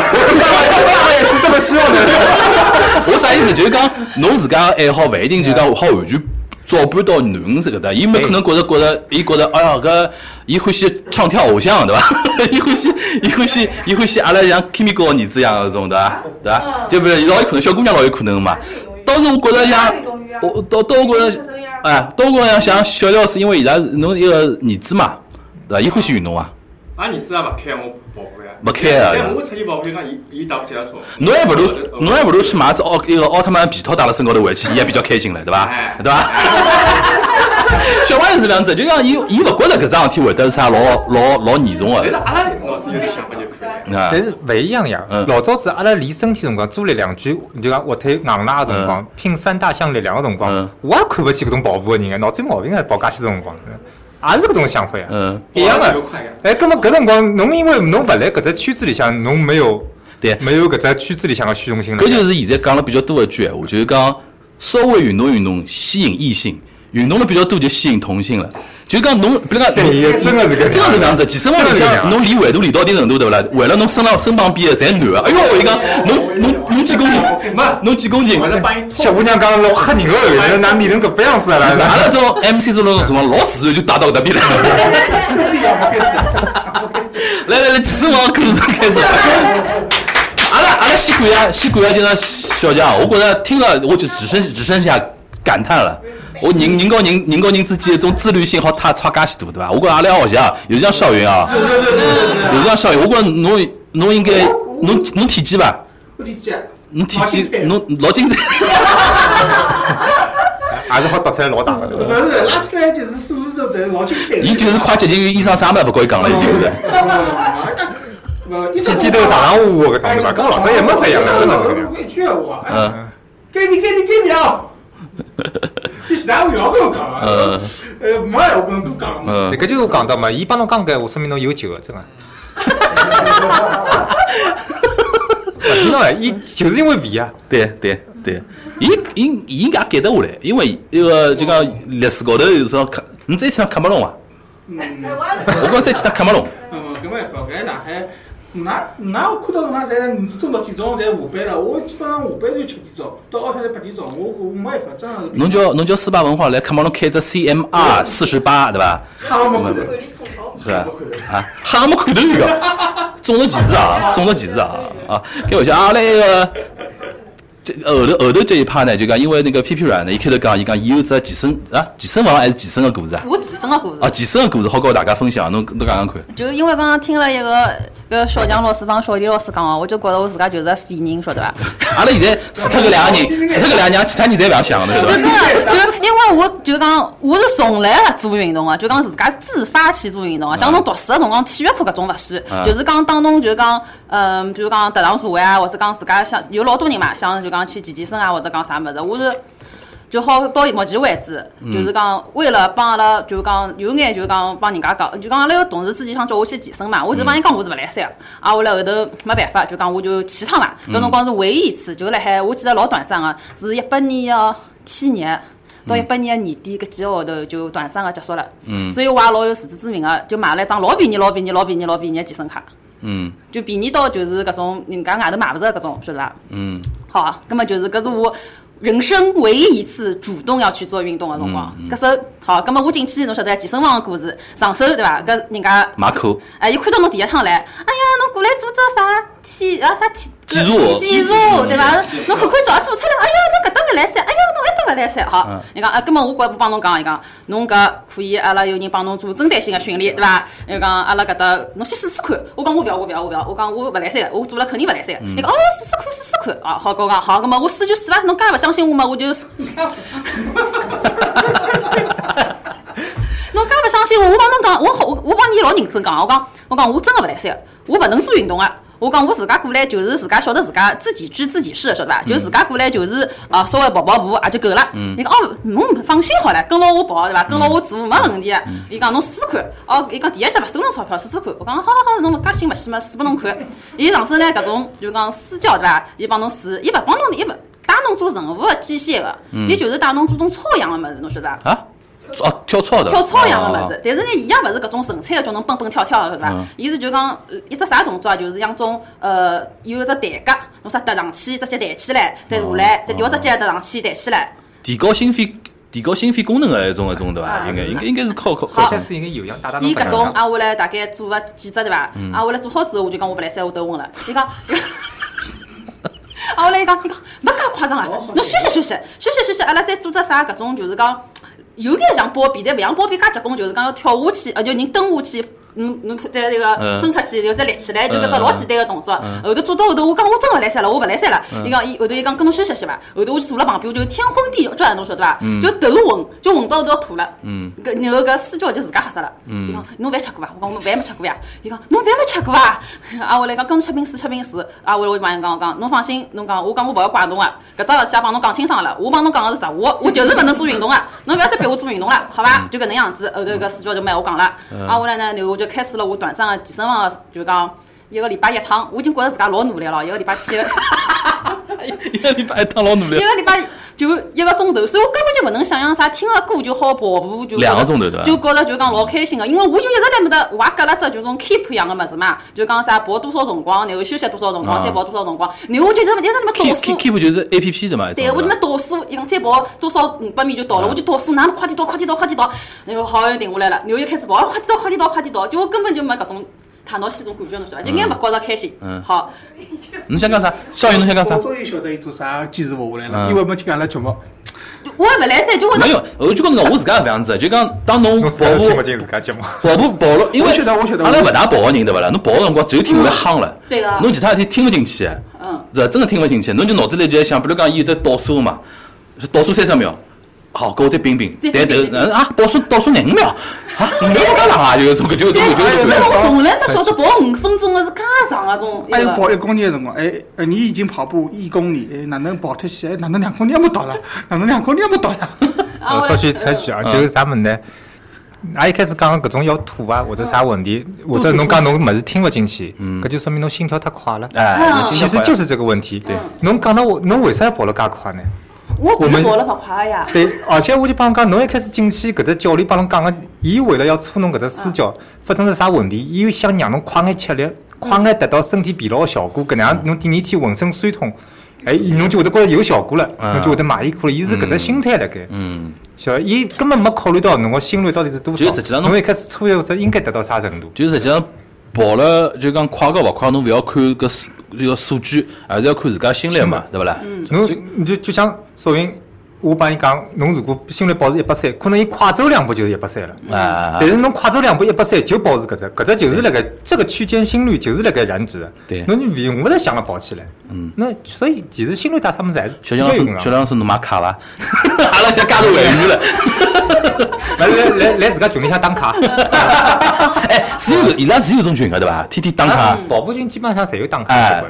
Speaker 4: 爸爸爸爸也是这么希望的。
Speaker 3: <laughs> 我啥意思？就是讲，侬自家爱好勿一定就讲好完全照搬到囡恩这搿搭，伊没可能觉着觉着，伊觉着哎呀搿，伊欢喜唱跳偶像对伐？ <laughs> 伊欢喜，伊欢喜，伊欢喜阿拉像 Kimi 哥个儿子一样搿种对伐？对伐？就比如老有可能，小姑娘老有可能嘛。当时我觉着像，我到到我觉着，哎，到我觉着像小廖是因为伊拉侬一个儿子嘛，对伐？伊欢喜运动啊，
Speaker 7: 俺儿子也勿开我跑步呀。
Speaker 3: 勿开啊
Speaker 7: 但我出去跑步，就讲伊伊打不起来车。
Speaker 3: 侬还勿如侬还勿如去买只奥一个奥特曼皮套戴辣身高头回去，伊也比较开心了，对伐
Speaker 7: 哎？
Speaker 3: 对伐？ <laughs> 小朋友是这样子，就讲伊伊勿觉着搿桩事体会得是啥老老老严重
Speaker 7: 但是
Speaker 3: 个，
Speaker 7: 阿拉脑子有点想法就可以了。
Speaker 3: 啊
Speaker 4: 但，是勿一样呀
Speaker 3: 嗯，
Speaker 4: 老早子阿拉练身体辰光，做力量举，就讲卧推硬拉个辰光，拼三大项力量个辰
Speaker 3: 嗯
Speaker 4: 光，我也看勿起搿种跑步个人啊，脑子有毛病啊，跑介许多辰光，也是搿种想法呀，
Speaker 3: 嗯
Speaker 4: 一样
Speaker 7: 跑
Speaker 4: 的
Speaker 7: 得又快呀。
Speaker 4: 哎，葛末搿辰光侬因为侬勿辣搿只圈子里向，侬没有
Speaker 3: 对
Speaker 4: 没有搿只圈子里向个虚荣心了
Speaker 3: 嗯搿。就是现在讲了比较多的一句闲话，就是讲稍微运动运动吸引异性，运动了比较多就吸引同性了。就是讲侬，比如讲，
Speaker 4: 对真的是搿样
Speaker 3: 真的是搿样子。健身房里
Speaker 4: 真的是搿
Speaker 3: 向
Speaker 4: 样
Speaker 3: 侬练维度练到一定程度，对勿啦？为了侬身上身旁边的侪男的，哎呦，我一讲侬侬侬几公斤？侬几公斤？
Speaker 7: 我来帮伊拖
Speaker 4: 小。姑娘讲老吓
Speaker 3: <laughs>
Speaker 4: 人个，哪练成搿副样子啊
Speaker 3: 阿
Speaker 4: 啦？
Speaker 3: <laughs>
Speaker 4: <laughs>
Speaker 3: 拉种 MC 做那种辰光，老自然就打到搿搭边来。 <laughs> 来来来，几次往开始开始。阿拉阿拉先感谢先感谢今朝小强，我觉着听了我就只剩只剩下感叹了。我人人和人人和人之间的这种自律性好差差介许多，对伐？我觉着阿拉要学习啊，有像少云啊，有像少云，我觉着侬侬应该侬侬体检伐？
Speaker 8: 我理解。
Speaker 3: 侬体检侬老精彩。
Speaker 4: 还是好读出来老长个。对伐
Speaker 8: 不是拉出来就是数字都在老精彩。
Speaker 3: 伊就是快接近于医生啥物事也勿告伊讲了，已经是。
Speaker 8: 是
Speaker 4: 鸡鸡头上上下下
Speaker 3: <laughs>
Speaker 4: 搿种对伐？跟老早也没啥样的，真的是搿样。
Speaker 8: 我一句闲话，哎
Speaker 3: 嗯，
Speaker 8: 该你该你该你啊！你其他勿要跟我讲啊，
Speaker 3: 呃
Speaker 8: 呃，没闲话跟侬多讲。
Speaker 3: 呃。
Speaker 4: 哎搿就是我讲到嘛，伊帮侬讲搿闲话，说明侬有酒个， <laughs> 真个。啊勿知道哎，伊就是因为肥啊，
Speaker 3: 对对对，伊伊伊应该也改得下来，因为那个就讲历史高头有时候看，你再去趟喀麦隆啊，我讲再去趟喀麦隆，
Speaker 8: 嗯，搿没办法，搿在上海，㑚㑚我看到㑚侪五点钟到几点钟才下班了，我基本上下班就七点钟，到屋里才八点钟，我我没办法，真的是。
Speaker 3: 侬叫侬叫斯巴文化来喀麦隆开只 CMR 四十八对伐？
Speaker 8: 哈我没看
Speaker 6: 管理统筹。
Speaker 3: 是吧？啊， <laughs> 哈没看头一个，中了几次啊，中了几次啊啊！开玩笑，阿拉那个这后头后头这一趴呢，就讲因为那个 PP 软呢，一开头讲伊讲伊有只健身啊健身房还是健身的故事啊
Speaker 5: 我健身的故
Speaker 3: 啊
Speaker 5: 事，
Speaker 3: 健身的故事好跟大家分享，侬侬讲讲看。
Speaker 5: 就因为刚刚听了一个搿小强老师帮小李老师讲哦，我就觉得我自家就是个废人，晓得伐？
Speaker 3: 阿拉现在除脱搿两个人，除脱搿两个人，其他人侪勿要想了，
Speaker 5: 就
Speaker 3: 对
Speaker 5: 真
Speaker 3: 伐？
Speaker 5: 的，就因为我就讲，我是从来勿做运动啊个，就讲自家自发去做运动啊个。像侬读书个辰光，体育课搿种勿算
Speaker 3: 嗯，
Speaker 5: 就是讲当侬就讲，嗯，比如讲踏上社会啊，或者讲自家想有老多人嘛，想就讲去健健身啊，或者讲啥物事，我是。就好到目前为止，就是讲为了帮阿拉，就是讲有眼就是讲帮人家讲，就讲阿拉有同事之前想叫我去健身嘛，我就帮伊讲我是勿来三个，啊，后来后头没办法，就讲我就去趟嘛，搿辰光是唯一一次，就辣海我记得老短暂个，是一八年个天热。到
Speaker 3: 嗯
Speaker 5: 一八年个年底，搿几个号头就短暂个结束了，所以我也老有自知之明个，就买了一张老便宜、老便宜、老便宜、老便宜个健身卡，
Speaker 3: 嗯
Speaker 5: 就便宜到就是搿种人家外头买勿着搿种，晓得伐？
Speaker 3: 嗯
Speaker 5: 好啊，葛么就是搿是我人生唯一一次主动要去做运动的辰光
Speaker 3: 嗯。
Speaker 5: 搿首好，葛么我进去侬晓得健身房的故事，上手对伐？搿人家
Speaker 3: 马口
Speaker 5: 哎，伊看到侬第一趟来，哎呀，侬过来做只啥体啊啥体
Speaker 3: 技术
Speaker 5: 技术哦对伐？侬看看叫做出来，哎呀，侬搿搭勿来三，哎呀，侬埃搭勿来三，好
Speaker 3: 嗯，
Speaker 5: 伊讲啊，葛末我搿不帮侬讲，伊讲侬搿可以，阿拉有人帮侬做针对性个训练，对伐？伊讲阿拉搿搭侬先试试看，我讲我勿要，我勿要，我勿要，我讲我勿来三，我做了肯定勿来三，伊讲哦，试试看，试试看，啊，好，搿我讲好，葛末我试就试伐，侬介勿相信我嘛，我就试。侬介勿相信我，我帮侬讲，我好，我我帮你老认真讲，我讲，我讲，我真个勿来三，我勿能做运动啊。我讲我自家过来就是自家晓得自家自己知自己是，晓得伐？就自家过来就是啊，稍微跑跑步也就够了。伊讲哦，侬放心好了，跟牢我跑对伐？跟牢我做没问题。啊伊讲侬试试看，哦，伊讲第一节勿收侬钞票，试试看。我讲好好好，侬勿介心勿喜嘛，试拨侬看。伊上手呢搿种就讲私教对伐？伊帮侬试，伊勿帮侬，伊勿带侬做任何个机械个，伊就是带侬做种操一样个物事，侬晓得伐？
Speaker 3: 啊，哦跳操的，
Speaker 5: 跳操一样个物
Speaker 3: 哦
Speaker 5: 事，，但是呢，伊也勿是搿种纯粹个叫侬蹦蹦跳跳的，晓得伐
Speaker 3: 嗯？
Speaker 5: 伊是就讲呃一只啥动作啊，就是像种呃有一只弹格，侬啥搭上去，只脚抬起来，再下
Speaker 3: 哦
Speaker 5: 来，再调只脚搭上去，抬起来。
Speaker 3: 提高心肺提高心肺功能的一种一种对伐？
Speaker 5: 啊
Speaker 3: 应该
Speaker 5: 是的
Speaker 3: 应该应哦该是靠 <laughs> 靠
Speaker 5: 好
Speaker 3: 靠
Speaker 4: 下次应该有氧打打侬
Speaker 5: 啊伊搿
Speaker 4: 白
Speaker 5: 种
Speaker 4: 相
Speaker 5: 啊，我来大概做个几只对伐？
Speaker 3: 嗯
Speaker 5: 啊，我来做好之后，我就讲我勿来三，我头昏了。伊讲， <laughs> 啊，我来伊讲，伊讲没介夸张啊，侬休息休息，休息休息，阿拉再做只啥搿种就是讲有眼像包皮，但勿像包皮介结棍，就是讲要跳下去，呃，就人蹲下去。侬侬再那个
Speaker 3: 嗯
Speaker 5: 伸出去，然后再立起来，就搿只
Speaker 3: 嗯嗯
Speaker 5: 老简单个动作。后头做到后头，我讲我真勿来三了，我勿来三了。伊讲伊后头伊讲跟侬休息歇伐。后头我就坐辣旁边，我就天昏地转，侬晓得伐？就头昏，就昏到都要吐了。
Speaker 3: 嗯
Speaker 5: 搿然后搿私教就自家吓死了。伊讲侬饭吃过伐？我讲我饭没吃过呀。伊讲侬饭没吃过伐？啊， <laughs> 我来讲跟侬吃瓶水，吃瓶水。啊，我来我就帮伊讲，我讲侬放心，侬讲我讲我勿要怪侬啊。搿只事体也帮侬讲清爽了，我帮侬讲个是实话，我就是勿能做运动啊。 <laughs> 侬勿要再逼我做运动了，好伐？就搿能样子。后头搿私教就没我讲了。啊，后来呢，然后我就开始了我短暂个健身房个，就讲一个礼拜一趟，我已经觉着自家老努力了，一个礼拜去。
Speaker 3: 一个礼拜一趟老努力
Speaker 5: 一，个礼拜就一个钟头，所以我根本就勿能想象啥听个歌就好跑步就
Speaker 3: 两个钟头对吧
Speaker 5: 就觉着就讲老开心个，因为我就一直辣没得，我也隔了只就种 keep
Speaker 3: <laughs>
Speaker 5: 一样个物事嘛，就讲啥跑多少辰光，然后休息多少辰光，
Speaker 3: 啊
Speaker 5: 再跑多少辰光，然后我就一直一直辣没
Speaker 3: keep
Speaker 5: 倒数
Speaker 3: keep。keep 就是 A P P 的嘛，一种
Speaker 5: 对，我就没
Speaker 3: 吧
Speaker 5: 倒数，伊讲再跑多少五百米就到了，
Speaker 3: 嗯
Speaker 5: 我就倒数，哪能快点到，快点到，快点到，然后好容易停下来了，然后又开始跑，啊快点到，快点到，快点到，就我根本就没搿种谈到西种感觉，侬晓得伐？就一眼勿觉着开心。
Speaker 3: 嗯
Speaker 5: 好，
Speaker 3: 侬想讲啥？小云侬想讲啥
Speaker 8: 我？终于晓得伊做啥坚持勿下来
Speaker 3: 嗯
Speaker 8: 了，因为没听阿拉节目。
Speaker 5: 我也勿来三，就觉
Speaker 3: 没
Speaker 5: 着
Speaker 3: 有，我就跟侬讲，我自家也搿样子，就讲当侬
Speaker 4: 侬
Speaker 3: 跑
Speaker 4: 自家都
Speaker 3: 步
Speaker 4: 听勿进自家节目，
Speaker 3: 跑步跑了，因为
Speaker 8: 我晓得我晓得
Speaker 3: 阿拉勿大跑个人对勿啦？侬跑个辰光只有听下来夯了，
Speaker 5: 对啊个
Speaker 3: 侬其他事体听勿进去，
Speaker 5: 嗯，
Speaker 3: 是吧真个听勿进去，侬就脑子里就在想，比如讲伊有得倒数嘛，倒数三十秒。好，搿我再并并，
Speaker 5: 再
Speaker 3: 抬
Speaker 5: 并
Speaker 3: 头
Speaker 5: 并，
Speaker 3: 嗯啊，倒数倒数廿五秒，啊，五秒不讲长啊，就是种搿就种搿
Speaker 5: 但
Speaker 3: 就是种，
Speaker 5: 哎我从来不晓得跑五分钟的是介长个种
Speaker 8: 还
Speaker 5: 一
Speaker 8: 有
Speaker 5: 个。
Speaker 8: 哎跑一公里的辰光，哎，哎，你已经跑步一公里，哎，哪能跑脱些？哎，哪能两公里还没到了？ <laughs> 哪能两公里还没到了？
Speaker 3: <laughs>
Speaker 5: 啊
Speaker 4: 呃，稍许插一句啊，就是啥物事呢？阿一开始讲搿种要吐啊，或者啥问题，或者侬讲侬物事听勿进去，搿就说明侬心跳太快了。
Speaker 5: 啊
Speaker 3: 哎，
Speaker 4: 其实就是这个问题。对，侬讲到我，侬为啥要跑了介快呢？
Speaker 5: 我
Speaker 4: 我
Speaker 5: 只
Speaker 4: 们
Speaker 5: 是跑了勿快呀。
Speaker 4: 对，而且我就帮侬讲，侬一开始进去搿只教练帮侬讲个，伊为了要搓侬搿只私教，
Speaker 3: 嗯
Speaker 4: 发生是啥问题？伊又想让侬快眼吃力，快眼达到身体疲劳个效果，搿能样侬第二天浑身酸痛，哎，侬就会得觉着有效果了，
Speaker 3: 嗯
Speaker 4: 侬就会得买伊可了。伊是搿只心态辣盖，
Speaker 3: 嗯，
Speaker 4: 晓得？伊根本没考虑到侬个心率到底是多
Speaker 3: 其
Speaker 4: 少
Speaker 3: 实实际上，侬
Speaker 4: 侬一开始搓一只应该达到啥程度？
Speaker 3: 就是实际上跑了，就讲快个勿快，侬勿要看搿数这个数据，还是要看自家心力嘛，对勿啦？
Speaker 5: 嗯
Speaker 4: 侬你就就像索云，我帮伊讲，侬如果心率保持一百三，可能伊快走两步就是一百三了。
Speaker 3: 啊
Speaker 4: 但，是侬快走两步一百三就保持搿只，搿只就是辣盖这个区间心率就是辣盖燃脂的。
Speaker 3: 对
Speaker 4: 侬你用勿着想了跑起来。嗯，那所以其实心率大他们还是
Speaker 3: 小
Speaker 4: 比
Speaker 3: 杨老
Speaker 4: 较有
Speaker 3: 师，
Speaker 4: 用啊
Speaker 3: 小
Speaker 4: 的。
Speaker 3: 杨老师侬买卡伐？ <laughs> 阿拉想加入会员了。
Speaker 4: 来来来来，自家群里向打卡，
Speaker 3: 哎，是有伊拉是有种群个对伐？天天打卡
Speaker 4: 啊，跑步群基本上侪有打卡
Speaker 3: 哎
Speaker 4: 的。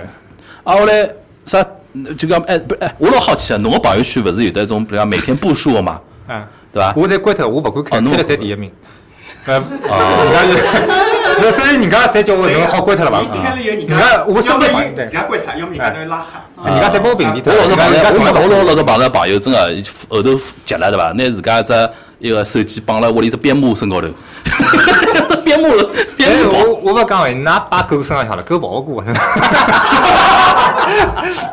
Speaker 3: 啊，后来啥嗯就讲哎，不是哎，我老好奇啊，侬个朋友圈勿是有得一种，比如讲每天步数个嘛，
Speaker 4: 嗯，
Speaker 3: 对伐？
Speaker 4: 我侪关脱，我勿敢
Speaker 3: 哦
Speaker 4: 看，
Speaker 3: 侬
Speaker 4: 开了侪第一名。呃，人家就，所以人家侪叫我侬好关脱了吧？
Speaker 7: 你开了以后，人
Speaker 4: 人家
Speaker 7: 家
Speaker 4: 我
Speaker 7: 要
Speaker 4: 身
Speaker 7: 么
Speaker 4: 边
Speaker 7: 伊
Speaker 4: 对
Speaker 7: 自家关脱，要么人家拿伊拉黑。
Speaker 4: 啊人家侪帮我屏蔽脱
Speaker 3: 我
Speaker 4: 了，
Speaker 3: 老早
Speaker 4: 人家
Speaker 3: 碰着
Speaker 4: 人
Speaker 3: 我
Speaker 4: 家从来
Speaker 3: 老
Speaker 4: 不
Speaker 3: 我老老早碰着朋友，真个后头急了对伐？拿自家只一个手机绑了屋里只边牧身高头， <laughs> 只边牧边
Speaker 4: <laughs> 哎，
Speaker 3: 牧绑。
Speaker 4: 我我勿讲，㑚把狗身上向了，狗不好过。 <laughs>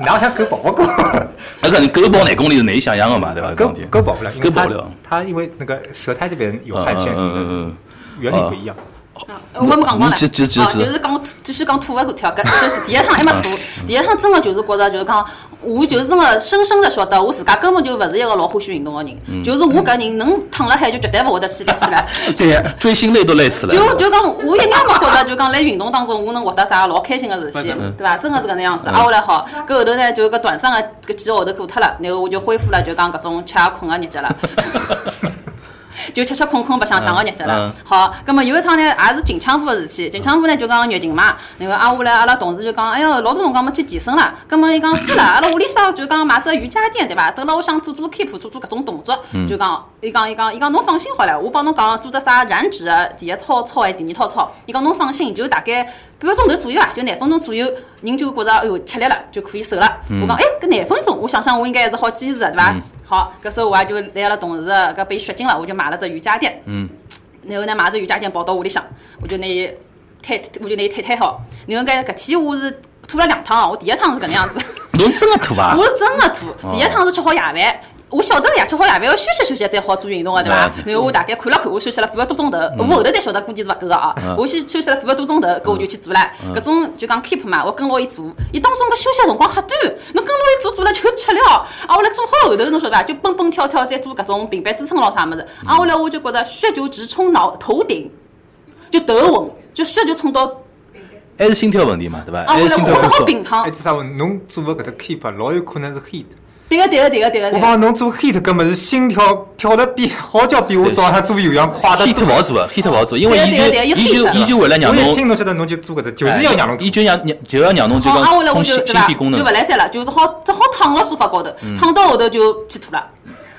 Speaker 4: 哪像狗不
Speaker 3: <laughs>
Speaker 4: 好过？哎
Speaker 3: 那肯定狗跑廿公里是难以想象个嘛，对伐？这
Speaker 4: 狗
Speaker 3: 种事体
Speaker 4: 狗保不了，因为
Speaker 3: 狗保
Speaker 4: 它
Speaker 3: 不了
Speaker 4: 它因为那个舌苔这边有
Speaker 3: 嗯
Speaker 4: 汗腺
Speaker 3: 嗯，嗯嗯
Speaker 4: 原理不一样。
Speaker 5: 我没讲光
Speaker 3: 你
Speaker 5: 了，
Speaker 3: 就就就
Speaker 5: 哦
Speaker 3: 是
Speaker 5: 就是讲继续讲吐搿条，搿 <laughs> 就是第一趟还没吐，第一趟真的啊就是觉着就是讲，我就是真的深深的晓得我自家根本就勿是一个老欢喜运动的人，就是我搿人能躺辣海就绝对勿会得去立起来，
Speaker 8: 对，
Speaker 3: 嗯，追星累都累死了。
Speaker 5: 就就讲我一眼没觉着就讲辣运动当中我能获得啥老开心个事体，对伐？真个是搿能样
Speaker 3: 嗯
Speaker 5: 子。啊，后来好，搿后头呢就搿短暂个搿几个号头过脱了，然后我就恢复了就讲搿种吃啊困个日节了。 <laughs> 就吃吃困困白相相个日节
Speaker 3: 嗯
Speaker 5: 了。好，葛末有一趟呢，也是近腔夫个事体。近腔夫呢就讲月经嘛，然后啊，后来阿拉同事就讲，哎哟，老多辰光没去健身了。葛末伊讲是啦，阿拉屋里向就讲买只瑜伽垫对伐？等辣屋想做做 keep，做做搿种动作，就讲伊讲伊讲伊讲侬放心好了，我帮侬讲做只啥燃脂个第一操操还是第二操操，伊讲侬放心，就大概半个钟头左右啊，就廿分钟左右，人就觉着哎哟吃力了，就可以瘦了。我讲哎，搿廿分钟，我想想我应该还是好坚持的对伐？好，搿时候我也就来阿拉同事的搿被血精了，我就买了只瑜伽垫。
Speaker 3: 嗯，
Speaker 5: 然后呢，买只瑜伽垫抱到屋里向，我就拿伊摊，我就拿伊摊摊好。然后搿搿天我是吐了两趟哦，我第一趟是搿能样子，
Speaker 3: 侬真个吐 <laughs> 伐
Speaker 5: 我？是真个吐。第一趟是吃好夜饭。我晓得个呀，吃好夜饭要休息休息再好做运动个啊对伐
Speaker 3: 嗯？
Speaker 5: 然后我大概看了看，我休息了半个多钟头，我后头才晓得估计是勿够个啊。我先休息了半个多钟头，搿我就去做了。搿种就讲 keep 嘛，我跟牢伊做，伊当中搿休息辰光很短，侬跟牢伊做做了就吃了。啊，我来做好后头，侬晓得伐？就蹦蹦跳跳再做搿种平板支撑咯啥物事。啊，后来我就觉着血就直冲脑头顶，就头昏，就血就冲到
Speaker 3: 还是心跳问题嘛，对伐？
Speaker 5: 啊，
Speaker 3: 还
Speaker 5: 我
Speaker 3: 是
Speaker 5: 来
Speaker 3: 心跳
Speaker 5: 我
Speaker 3: 复
Speaker 5: 只好
Speaker 3: 苏。
Speaker 5: 平
Speaker 4: 哎，
Speaker 5: 躺。
Speaker 4: 至少侬做的搿只 keep 啊老有可能是 hit。
Speaker 5: 对个对个对个对个
Speaker 4: 我
Speaker 5: 对个。
Speaker 4: 帮侬做 hit，根本是心跳跳得比好叫比我早上做有氧快得
Speaker 3: hit
Speaker 4: 多。
Speaker 3: 勿好做，hit 勿好做，因为伊
Speaker 5: 对啊对啊
Speaker 3: 就
Speaker 5: 对啊
Speaker 3: 伊
Speaker 5: 一
Speaker 3: 就
Speaker 5: hit
Speaker 3: 伊就为了让
Speaker 4: 我一
Speaker 3: 侬
Speaker 4: 听，侬晓得侬就做搿只，就是要让侬做
Speaker 3: 伊。就让让就要让侬就
Speaker 5: 好，啊，后
Speaker 3: 讲
Speaker 5: 来我
Speaker 3: 充
Speaker 5: 就
Speaker 3: 心
Speaker 5: 对
Speaker 3: 心
Speaker 5: 吧，
Speaker 3: 肺功
Speaker 5: 就
Speaker 3: 能嗯
Speaker 5: 勿。来三了，就是好只好躺了沙发高头，躺到后头就去吐了，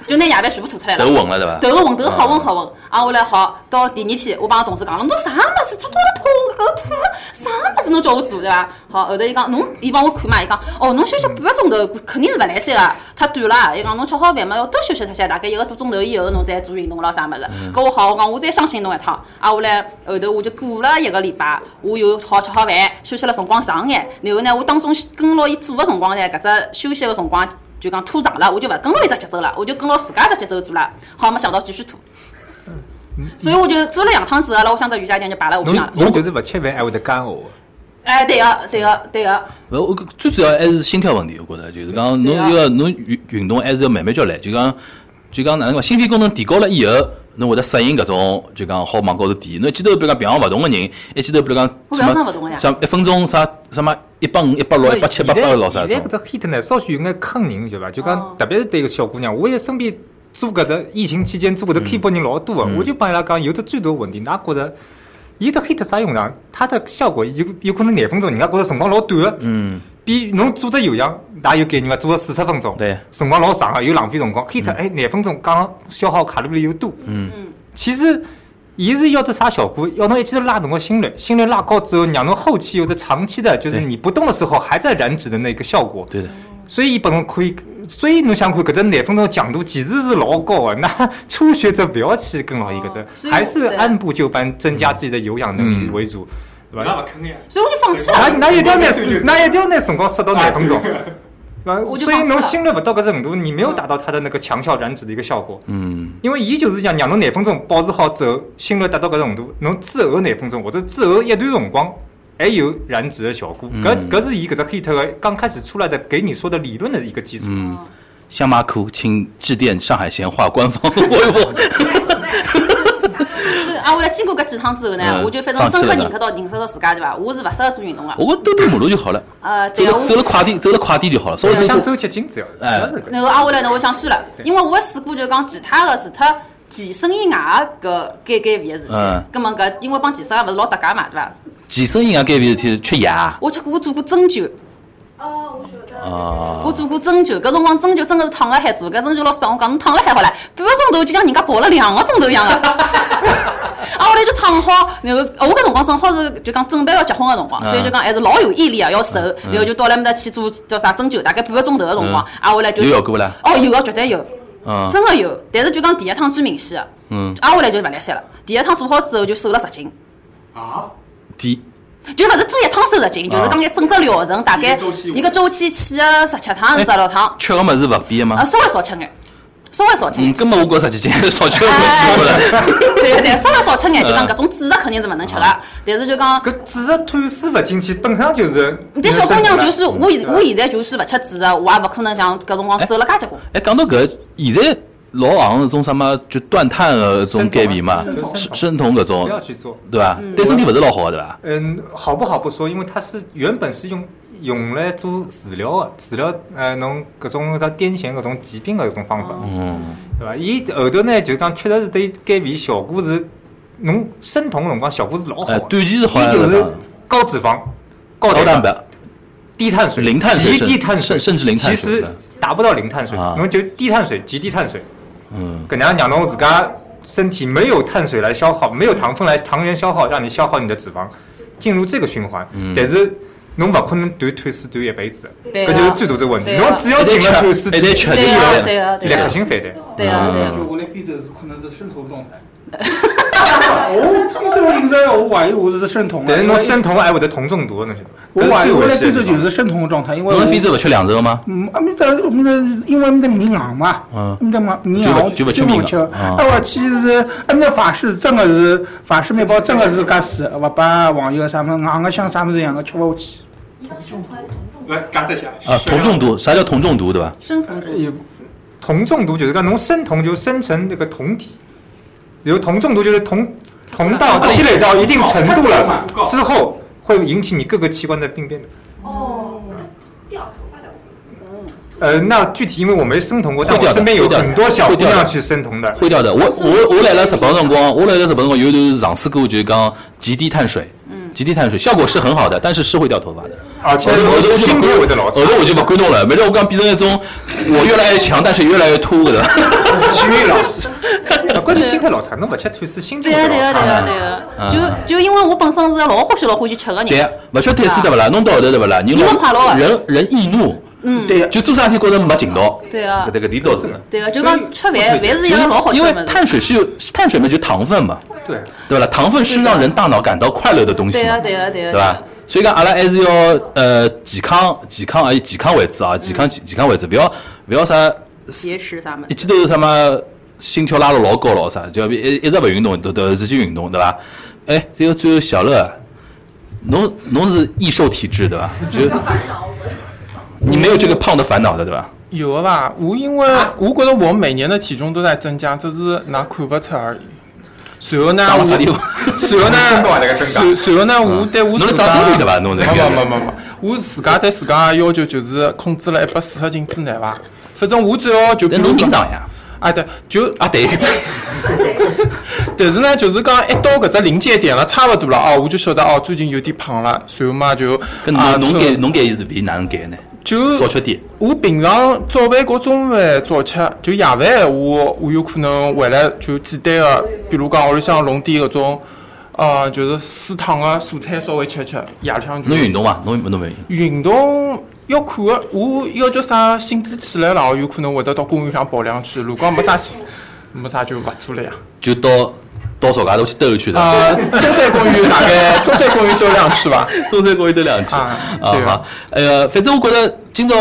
Speaker 5: 就拿夜饭全部吐出来了
Speaker 3: 头。啊稳了对伐？
Speaker 5: 头昏头好昏好昏，啊，后来好到第二天，我帮同事讲了，侬啥物事做多了痛，搿痛啥物事侬叫我做对伐？好，后头伊讲侬，伊帮我看嘛，伊讲哦，侬休息半个钟头肯定是勿来三个，太短了。伊讲侬吃好饭嘛，要多休息脱歇，大概一个多钟头以后侬再做运动咯啥物事。搿我好，我讲我再相信侬一趟。啊，后来后头我就过了一个礼拜，我又好吃好饭，休息了辰光长眼，然后呢，我当中跟牢伊做个辰光呢，搿只休息个辰光。就讲拖长了，我就勿跟牢伊只节奏了，我就跟牢自家只节奏做了。好，没想到继续拖，所以我就做了两趟之后，阿拉屋想只瑜伽垫就摆了屋里
Speaker 4: 侬
Speaker 5: 向了。
Speaker 4: 侬就是勿吃饭还会得干呕。
Speaker 5: 哎，对个，对个，对个，
Speaker 3: 勿，我最主要还是心跳问题，我觉着就是讲侬
Speaker 5: 对啊
Speaker 3: 一个侬运运动还是要慢慢叫来，就讲就讲哪能讲，心肺功能提高了以后，侬会得适应搿种就讲好往高头提。侬一记头比如讲平常勿动个人，一记头比如讲
Speaker 5: 我
Speaker 3: 什
Speaker 5: 平常
Speaker 3: 么
Speaker 5: 勿动个呀
Speaker 3: 像一分钟啥什么一百五、一百六、一百七、一百八老啥
Speaker 4: 现
Speaker 3: 种
Speaker 4: 在搿只 hit 呢，稍许有眼坑人，晓得伐？就讲
Speaker 5: 哦
Speaker 4: 特别是对个小姑娘，我也身边做搿只疫情期间做搿
Speaker 3: 嗯
Speaker 4: 只 keep 人老多个，啊我就帮伊拉讲，有只最大的问题，㑚觉着伊只 hit 啥用场？它的效果有有可能廿分钟，人家觉着辰光老短个。啊
Speaker 3: 嗯，
Speaker 4: 比侬做只有氧，大家有概念伐？做个四十分钟，
Speaker 3: 对
Speaker 4: 辰光老长个，啊又浪费辰光。hit 哎，廿分钟刚消耗卡路里又多。
Speaker 3: 嗯
Speaker 5: 嗯，
Speaker 4: 其实。伊是要只啥效果？要侬一记头拉侬个心率，心率拉高之后，让侬后期有着长期的，就是
Speaker 3: 对
Speaker 4: 你不动的时候还在燃脂的那个效果。
Speaker 3: 对的。
Speaker 4: 所以伊本身可以，所以侬想看搿只廿分钟强度其实是老高个、 <laughs> 那初学者不要去跟牢伊搿
Speaker 5: 哦
Speaker 4: 只，
Speaker 5: 所以
Speaker 4: 还
Speaker 5: 我
Speaker 4: 是
Speaker 5: 对
Speaker 4: 按部就班增
Speaker 3: 嗯
Speaker 4: 加自己的有氧能力为主，对
Speaker 7: 那
Speaker 4: 伐？
Speaker 7: 勿坑呀。
Speaker 5: 所以我就放弃
Speaker 4: 那
Speaker 3: 哎
Speaker 5: 了。
Speaker 4: 那一定要拿时，那一定要拿辰光塞到廿分钟。对吧
Speaker 5: 我就
Speaker 4: 所以
Speaker 5: 放弃
Speaker 4: 侬
Speaker 5: 了
Speaker 4: 心率不到搿程度，你没有达到它的那个强效燃脂的一个效果。
Speaker 3: 嗯，
Speaker 4: 因为伊就是讲让侬廿分钟保持好之后，心率达到搿程度，侬之后廿分钟或者之后一段辰光还有燃脂的效果。
Speaker 3: 嗯
Speaker 4: 搿搿是伊搿只 hit 个刚开始出来的给你说的理论的一个基础。
Speaker 3: 嗯想买裤请致电上海闲话官方 <laughs> 微博。
Speaker 5: 所以啊，后来经过搿几趟之后呢，
Speaker 3: 嗯
Speaker 5: 我就反正
Speaker 3: 放
Speaker 5: 深刻
Speaker 3: 弃了
Speaker 5: 认可到认识到自家对伐？我是勿适合做运动个。
Speaker 3: 我觉得兜兜马路就好了，
Speaker 5: 呃，
Speaker 3: 走
Speaker 5: 对个，
Speaker 3: 了
Speaker 5: 我
Speaker 3: 走了快点，走了快点就好了，稍微走
Speaker 4: 想
Speaker 3: 走。
Speaker 4: 走捷径只要是。
Speaker 3: 哎
Speaker 4: 只要是搿
Speaker 5: 然后啊，后来呢，我想算了，因为我也试过，就讲其他的除脱健身以外的搿减减肥的事体
Speaker 3: 嗯。
Speaker 5: 葛末搿因为帮健身也勿是老搭界嘛，对伐？
Speaker 3: 健身营养减肥事体缺氧。
Speaker 5: 我吃过，我做过针灸。
Speaker 6: 哦，我晓得。
Speaker 3: 啊
Speaker 5: 我做过针灸，搿辰光针灸真个是躺辣海做，搿针灸老师帮我讲，侬躺辣海好唻，半个钟头就像人家跑了两个钟头一样个。 <laughs> 啊，后来就躺好，然后啊我搿辰光正好是就讲准备要结婚个辰光，所
Speaker 3: 嗯
Speaker 5: 以就讲还是老有毅力啊，要瘦，然后就到了面搭去做叫啥针灸，大概半个钟头个辰光
Speaker 3: 嗯，
Speaker 5: 啊，后来就
Speaker 3: 有效果不啦？
Speaker 5: 哦，有啊，绝对有，
Speaker 3: 嗯
Speaker 5: 真个有，但是就讲第一趟最明显个，
Speaker 3: 嗯，
Speaker 5: 啊，后来就勿来三了，第一趟做好之后就瘦了十斤。
Speaker 9: 啊，
Speaker 3: 第
Speaker 5: 就勿是做一趟瘦十斤，
Speaker 3: 啊
Speaker 5: 就是讲一整只疗程，大概
Speaker 9: 一个周期
Speaker 5: 一个周期去啊个十七趟还是十六趟，
Speaker 3: 吃个物事勿变的
Speaker 5: 啊，
Speaker 3: 吗？
Speaker 5: 稍微少吃眼，稍微少吃
Speaker 3: 嗯，
Speaker 5: 眼。
Speaker 3: 根本我觉着十几斤还 <laughs> 是少嗯吃个物事好了。
Speaker 5: 哎 <laughs> 对对对，稍微少吃眼，就
Speaker 3: 嗯
Speaker 5: 讲
Speaker 3: 啊
Speaker 5: 搿种主食肯定是勿能吃个，但是就讲。
Speaker 4: 搿主食碳水勿进去，本身就是人
Speaker 5: 但
Speaker 4: 生活啦。
Speaker 5: 小姑娘就是我现，我现在就算勿吃主食，我也勿可能像搿辰光瘦了介结棍。
Speaker 3: 哎，讲到搿，现在老行是种什么就断碳的搿种
Speaker 4: 生
Speaker 3: 概
Speaker 4: 酮
Speaker 3: 念嘛
Speaker 4: 生，酮啊
Speaker 3: 生生酮搿
Speaker 4: 不要
Speaker 3: 种，
Speaker 4: 去做。
Speaker 3: 对伐？对身体勿是老好的，对伐？
Speaker 4: 嗯，好不好不说，因为它是原本是用用来做治疗的，治疗呃侬搿种它癫痫搿种疾病的搿种方法，
Speaker 3: 嗯，
Speaker 4: 对伐？伊后头呢就讲确实是对减肥效果是，侬生酮辰光效果是老好
Speaker 3: 哎，
Speaker 4: 的，
Speaker 3: 短期是好
Speaker 4: 伊
Speaker 3: 像
Speaker 4: 就是
Speaker 3: 啥
Speaker 4: 高脂肪、高
Speaker 3: 高蛋
Speaker 4: 蛋白、
Speaker 3: 白，
Speaker 4: 低碳水、
Speaker 3: 零碳水
Speaker 4: 极低碳水，
Speaker 3: 甚甚至零碳水
Speaker 4: 其实
Speaker 3: 的
Speaker 4: 达不到零碳水，
Speaker 3: 啊
Speaker 4: 侬就低碳水、极低碳水，
Speaker 3: 嗯，
Speaker 4: 搿能样让侬自家身体没有碳水来消耗，没有糖分来糖原消耗，让你消耗你的脂肪，进入这个循环。但是侬勿可能断碳水断一辈子，
Speaker 5: 对
Speaker 4: 搿
Speaker 5: 啊
Speaker 4: 就是最大的问题。
Speaker 5: 对啊
Speaker 4: 侬只要进了碳
Speaker 3: 还
Speaker 4: 水
Speaker 3: 得吃
Speaker 4: 之
Speaker 3: 还
Speaker 4: 后，
Speaker 3: 得
Speaker 5: 对
Speaker 3: 吃
Speaker 5: 啊
Speaker 3: 还得吃
Speaker 5: 对啊对
Speaker 4: 立刻
Speaker 5: 啊
Speaker 4: 性反弹。
Speaker 5: 对啊
Speaker 3: 嗯
Speaker 5: 对啊
Speaker 10: 叫。过来非洲是可能是生酮状
Speaker 8: 我哦非
Speaker 10: 态。
Speaker 8: 洲现在 <laughs> 我怀疑我是生酮了啊
Speaker 4: 但是
Speaker 8: 因
Speaker 4: 侬
Speaker 8: 为
Speaker 4: 生酮还会得酮中毒，侬晓得伐？
Speaker 8: 我怀疑我来
Speaker 4: 搿
Speaker 8: 非
Speaker 4: 是最
Speaker 8: 洲
Speaker 4: 危险的
Speaker 8: 就是生酮的状态，因为
Speaker 3: 侬辣
Speaker 8: 我
Speaker 3: 非洲勿吃两肉吗？
Speaker 8: 嗯，阿面搭阿面搭，因为阿面搭米硬嘛，
Speaker 3: 嗯
Speaker 8: 阿面搭嘛米
Speaker 3: 就
Speaker 8: 硬，
Speaker 3: 不
Speaker 8: 我
Speaker 3: 就不吃
Speaker 8: 经
Speaker 3: 米
Speaker 8: 常
Speaker 3: 硬
Speaker 8: 吃。
Speaker 3: 啊
Speaker 8: 啊，我去是阿面搭法式真个是法式面包，真个是介水，勿把黄油啥物事硬个像啥物事一样个吃勿下去。
Speaker 6: 一个生酮还是酮中毒？
Speaker 9: 来解释一下。
Speaker 3: 啊，酮中毒，啥叫酮中毒，对伐？
Speaker 5: 生酮中毒
Speaker 4: 也酮中毒就是讲侬生酮就生成那个酮体，有酮中毒就是酮酮到积累到一定程度了之后，会引起你各个器官的病变的。
Speaker 6: 哦，掉头发的。
Speaker 4: 呃，那具体因为我没生酮过，
Speaker 3: 会
Speaker 4: 但我
Speaker 3: 掉的
Speaker 4: 身边有
Speaker 3: 会掉的
Speaker 4: 很多小
Speaker 3: 会
Speaker 4: 姑
Speaker 3: 掉的
Speaker 4: 娘去生酮的，
Speaker 3: 会掉的。我我我来了日本的辰光，我来了日本的辰光有一段尝试过，就是讲极低碳水，极低碳水效果是很好的，但是是会掉头发的。
Speaker 4: 而且
Speaker 3: 后头我
Speaker 4: 我
Speaker 3: 就
Speaker 4: 心
Speaker 3: 不
Speaker 4: 里会得老
Speaker 3: 后头我就不管侬了，反正我讲变成一种我越来越强，但是越来越秃的。
Speaker 4: 心里老差，啊关键心态老差，侬勿吃碳水，心态
Speaker 5: 对啊
Speaker 4: 会得
Speaker 5: 对
Speaker 4: 老
Speaker 5: 啊对啊
Speaker 4: 差。
Speaker 5: 对啊，就就因为我本身是老欢喜老欢喜吃个
Speaker 3: 嗯对啊
Speaker 5: 人，，
Speaker 3: 勿缺碳水对勿啦？弄到后头对勿啦？人
Speaker 5: 人
Speaker 3: 老
Speaker 5: 不快乐啊
Speaker 3: 人人易怒，嗯，对，就做啥事体觉得没劲道。
Speaker 5: 对啊
Speaker 3: 搿个点倒是呢。
Speaker 5: 对个，就讲吃饭饭是一个老好吃
Speaker 3: 因
Speaker 5: 个
Speaker 3: 为
Speaker 5: 物事。
Speaker 3: 碳水是有碳水嘛，就是糖分嘛，
Speaker 4: 对，
Speaker 3: 对勿啦？糖分是让人大脑感到快乐的东西
Speaker 5: 对
Speaker 3: 嘛
Speaker 5: 啊，对啊对啊。
Speaker 3: 对伐？所以讲，阿拉还是要呃健康、健康还有健康为主啊，健康健健康为主，勿要勿要啥
Speaker 5: 节食啥物
Speaker 3: 一记
Speaker 5: 事？
Speaker 3: 头什么心跳拉了老高咯啥，就要不一一直勿运动，都都直接运动，对伐？哎，这个最后小乐，侬侬是易瘦体质对伐？就你没有这个胖的烦恼的对伐？
Speaker 10: 有的吧，我因为
Speaker 3: 啊
Speaker 10: 我觉得我每年的体重都在增加，只是㑚看不出而已。随后呢，
Speaker 3: 长了
Speaker 10: 我
Speaker 3: 啥地方？
Speaker 10: 随后呢
Speaker 4: 身高还在增加，
Speaker 10: 随随后呢，我对我
Speaker 3: 侬是
Speaker 10: 自
Speaker 3: 长
Speaker 10: 家
Speaker 3: 身体的吧侬在
Speaker 10: 没没没没没，我自家对自家的要求就是控制了一百四十斤之内吧。反正我只要就比
Speaker 3: 但
Speaker 10: 如
Speaker 3: 侬
Speaker 10: 讲
Speaker 3: 人长呀，
Speaker 10: 啊对，就
Speaker 3: 啊对，
Speaker 10: 但是呢，就是哎讲一到搿只临界点了，差勿多了哦，我就晓得哦，最近有点胖了，随后嘛就
Speaker 3: 跟
Speaker 10: 啊
Speaker 3: 侬侬
Speaker 10: 就
Speaker 3: 减侬减是比哪能减呢？
Speaker 10: 就
Speaker 3: 少吃点，
Speaker 10: 我平常早饭和中饭早吃，就夜饭闲话，我有可能回来就简单的，比如讲屋里向弄点搿种，呃，就是水烫个蔬菜稍微吃吃，夜里向就
Speaker 3: 侬运动伐？侬侬没运动？
Speaker 10: 运动要看个，我要叫啥兴致起来了，有可能会得到公园上跑两圈，如果没啥兴，没啥就勿做了呀。
Speaker 3: 就到到曹家头去兜一圈的。
Speaker 10: 啊，中山公园大概中山公园兜两圈吧。
Speaker 3: <laughs> 中山公园兜两去
Speaker 10: 啊
Speaker 3: 啊，
Speaker 10: 对啊
Speaker 3: 好，呃，反正我觉得今朝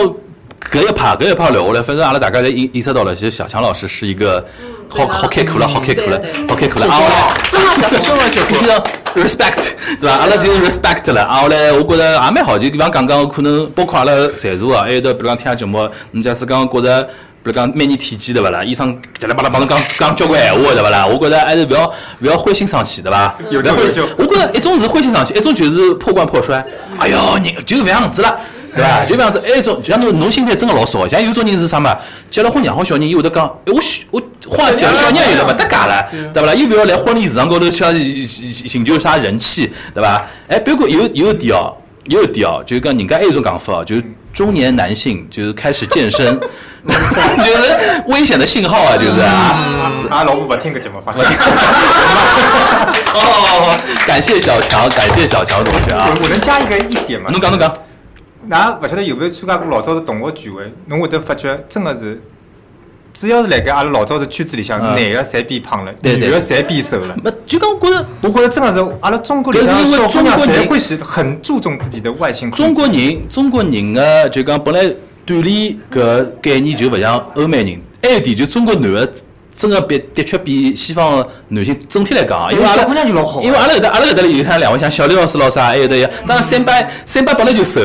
Speaker 3: 搿一趴搿一趴聊下来，反正阿拉大家侪意意识到了，其实小强老师是一个
Speaker 5: 嗯
Speaker 3: 好好开口了，好开口了
Speaker 5: 啊对对，
Speaker 3: 好开口了啊！我
Speaker 5: 真的结棍。
Speaker 3: <laughs> 非常 respect，对伐？
Speaker 5: 啊
Speaker 3: 阿拉就是 respect 了。啊，后来我觉着也蛮好，就比方讲讲，可能包括阿拉在座啊，还有的比如讲听下节目，你假使讲觉着。比如讲每年体检对勿啦？医生叽里巴啦帮侬讲讲交关闲话对勿啦？我觉着还是勿要勿要灰心丧气对伐？
Speaker 4: 有救
Speaker 3: 不要
Speaker 4: 有救
Speaker 3: 我觉着一种是灰心丧气，一种就是破罐破摔。哎哟，人就搿样子了，对伐？就搿样子。
Speaker 1: 哎
Speaker 3: 还有一种，就像侬侬心态真个老少，像有种人是啥嘛？结了婚养好小人，伊会得讲，哎，我小我花结了小人有了勿搭界了，对勿啦？又勿要来婚礼市场高头去寻寻求啥人气，对伐？哎，包括有有一点哦，
Speaker 1: 有一点哦，就是讲人家还有一种讲法哦，就是中年男性就是开始健身， <laughs> 就是危险的信号啊，就是啊。
Speaker 4: 阿老婆勿听搿节目，发现嗯
Speaker 1: <laughs> 哦，感谢小强，感谢小强同学啊。
Speaker 4: <laughs> 我我能加一个一点吗？
Speaker 1: 侬讲侬讲，
Speaker 4: 㑚勿晓得有没有参加过老早的同学聚会？侬会得发觉，真的是，只要是辣盖阿拉老早的圈子里向，
Speaker 1: 嗯
Speaker 4: 男的侪变胖了，
Speaker 1: 对
Speaker 4: 女
Speaker 1: 对
Speaker 4: 的侪变瘦了。
Speaker 1: 那就讲我觉着
Speaker 4: 我觉得真的是，阿拉中国里
Speaker 1: 搿是
Speaker 4: 向
Speaker 1: 因为
Speaker 4: 小姑
Speaker 1: 中国
Speaker 4: 娘侪
Speaker 1: 人
Speaker 4: 会是很注重自己的外形。
Speaker 1: 中国，人，中国人的就讲本来锻炼搿概念就勿像欧美人。还有一点就中国男的真的比的确比西方男性整体来讲啊，因为阿拉
Speaker 4: 小姑娘就老好啊
Speaker 1: 因为阿拉搿搭阿拉搿搭里有像两位像小刘老师老师啊，还有得呀，当然三班三班本来就瘦，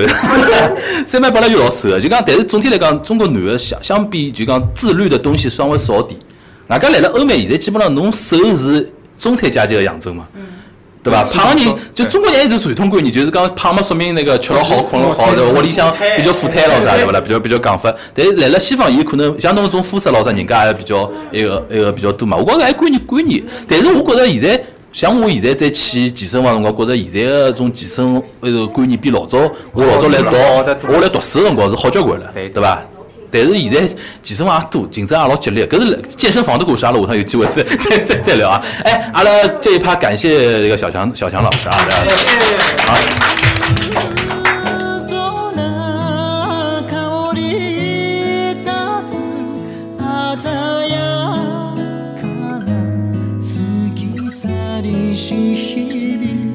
Speaker 1: 三班本来就老瘦的，就讲但是总体来讲，中国男的相相比就讲自律的东西稍微少点。外加来了欧美，现在基本上侬瘦 <laughs> 是中产阶级的象征嘛。对吧？
Speaker 4: 嗯是
Speaker 1: 胖
Speaker 4: 是
Speaker 1: 人就
Speaker 4: 对
Speaker 1: 中国人一直传统观念，就是讲胖嘛，说明那个吃了好、困了好，对吧？屋里向比较富态咯啥，对不啦？比较比较讲法。但是来了西方，伊可能像侬搿种肤色咯啥，人家也比较那个那个比较多嘛。我觉着还观念观念，但是我觉着现在。像我现在再去健身房的辰光，觉着现在个种健身那个观念比老早我老早来读
Speaker 4: 好得，多
Speaker 1: 我来读书的辰光是好交关了，
Speaker 4: 对
Speaker 1: 对吧？但是现在健身房也多，竞争也老激烈。搿是健身房的故事，阿拉下趟有机会再再再再聊啊！哎，阿拉这一趴感谢这个小强小强老师啊，好，
Speaker 2: ぞな香り立つ鮮やかな過ぎ去りし日々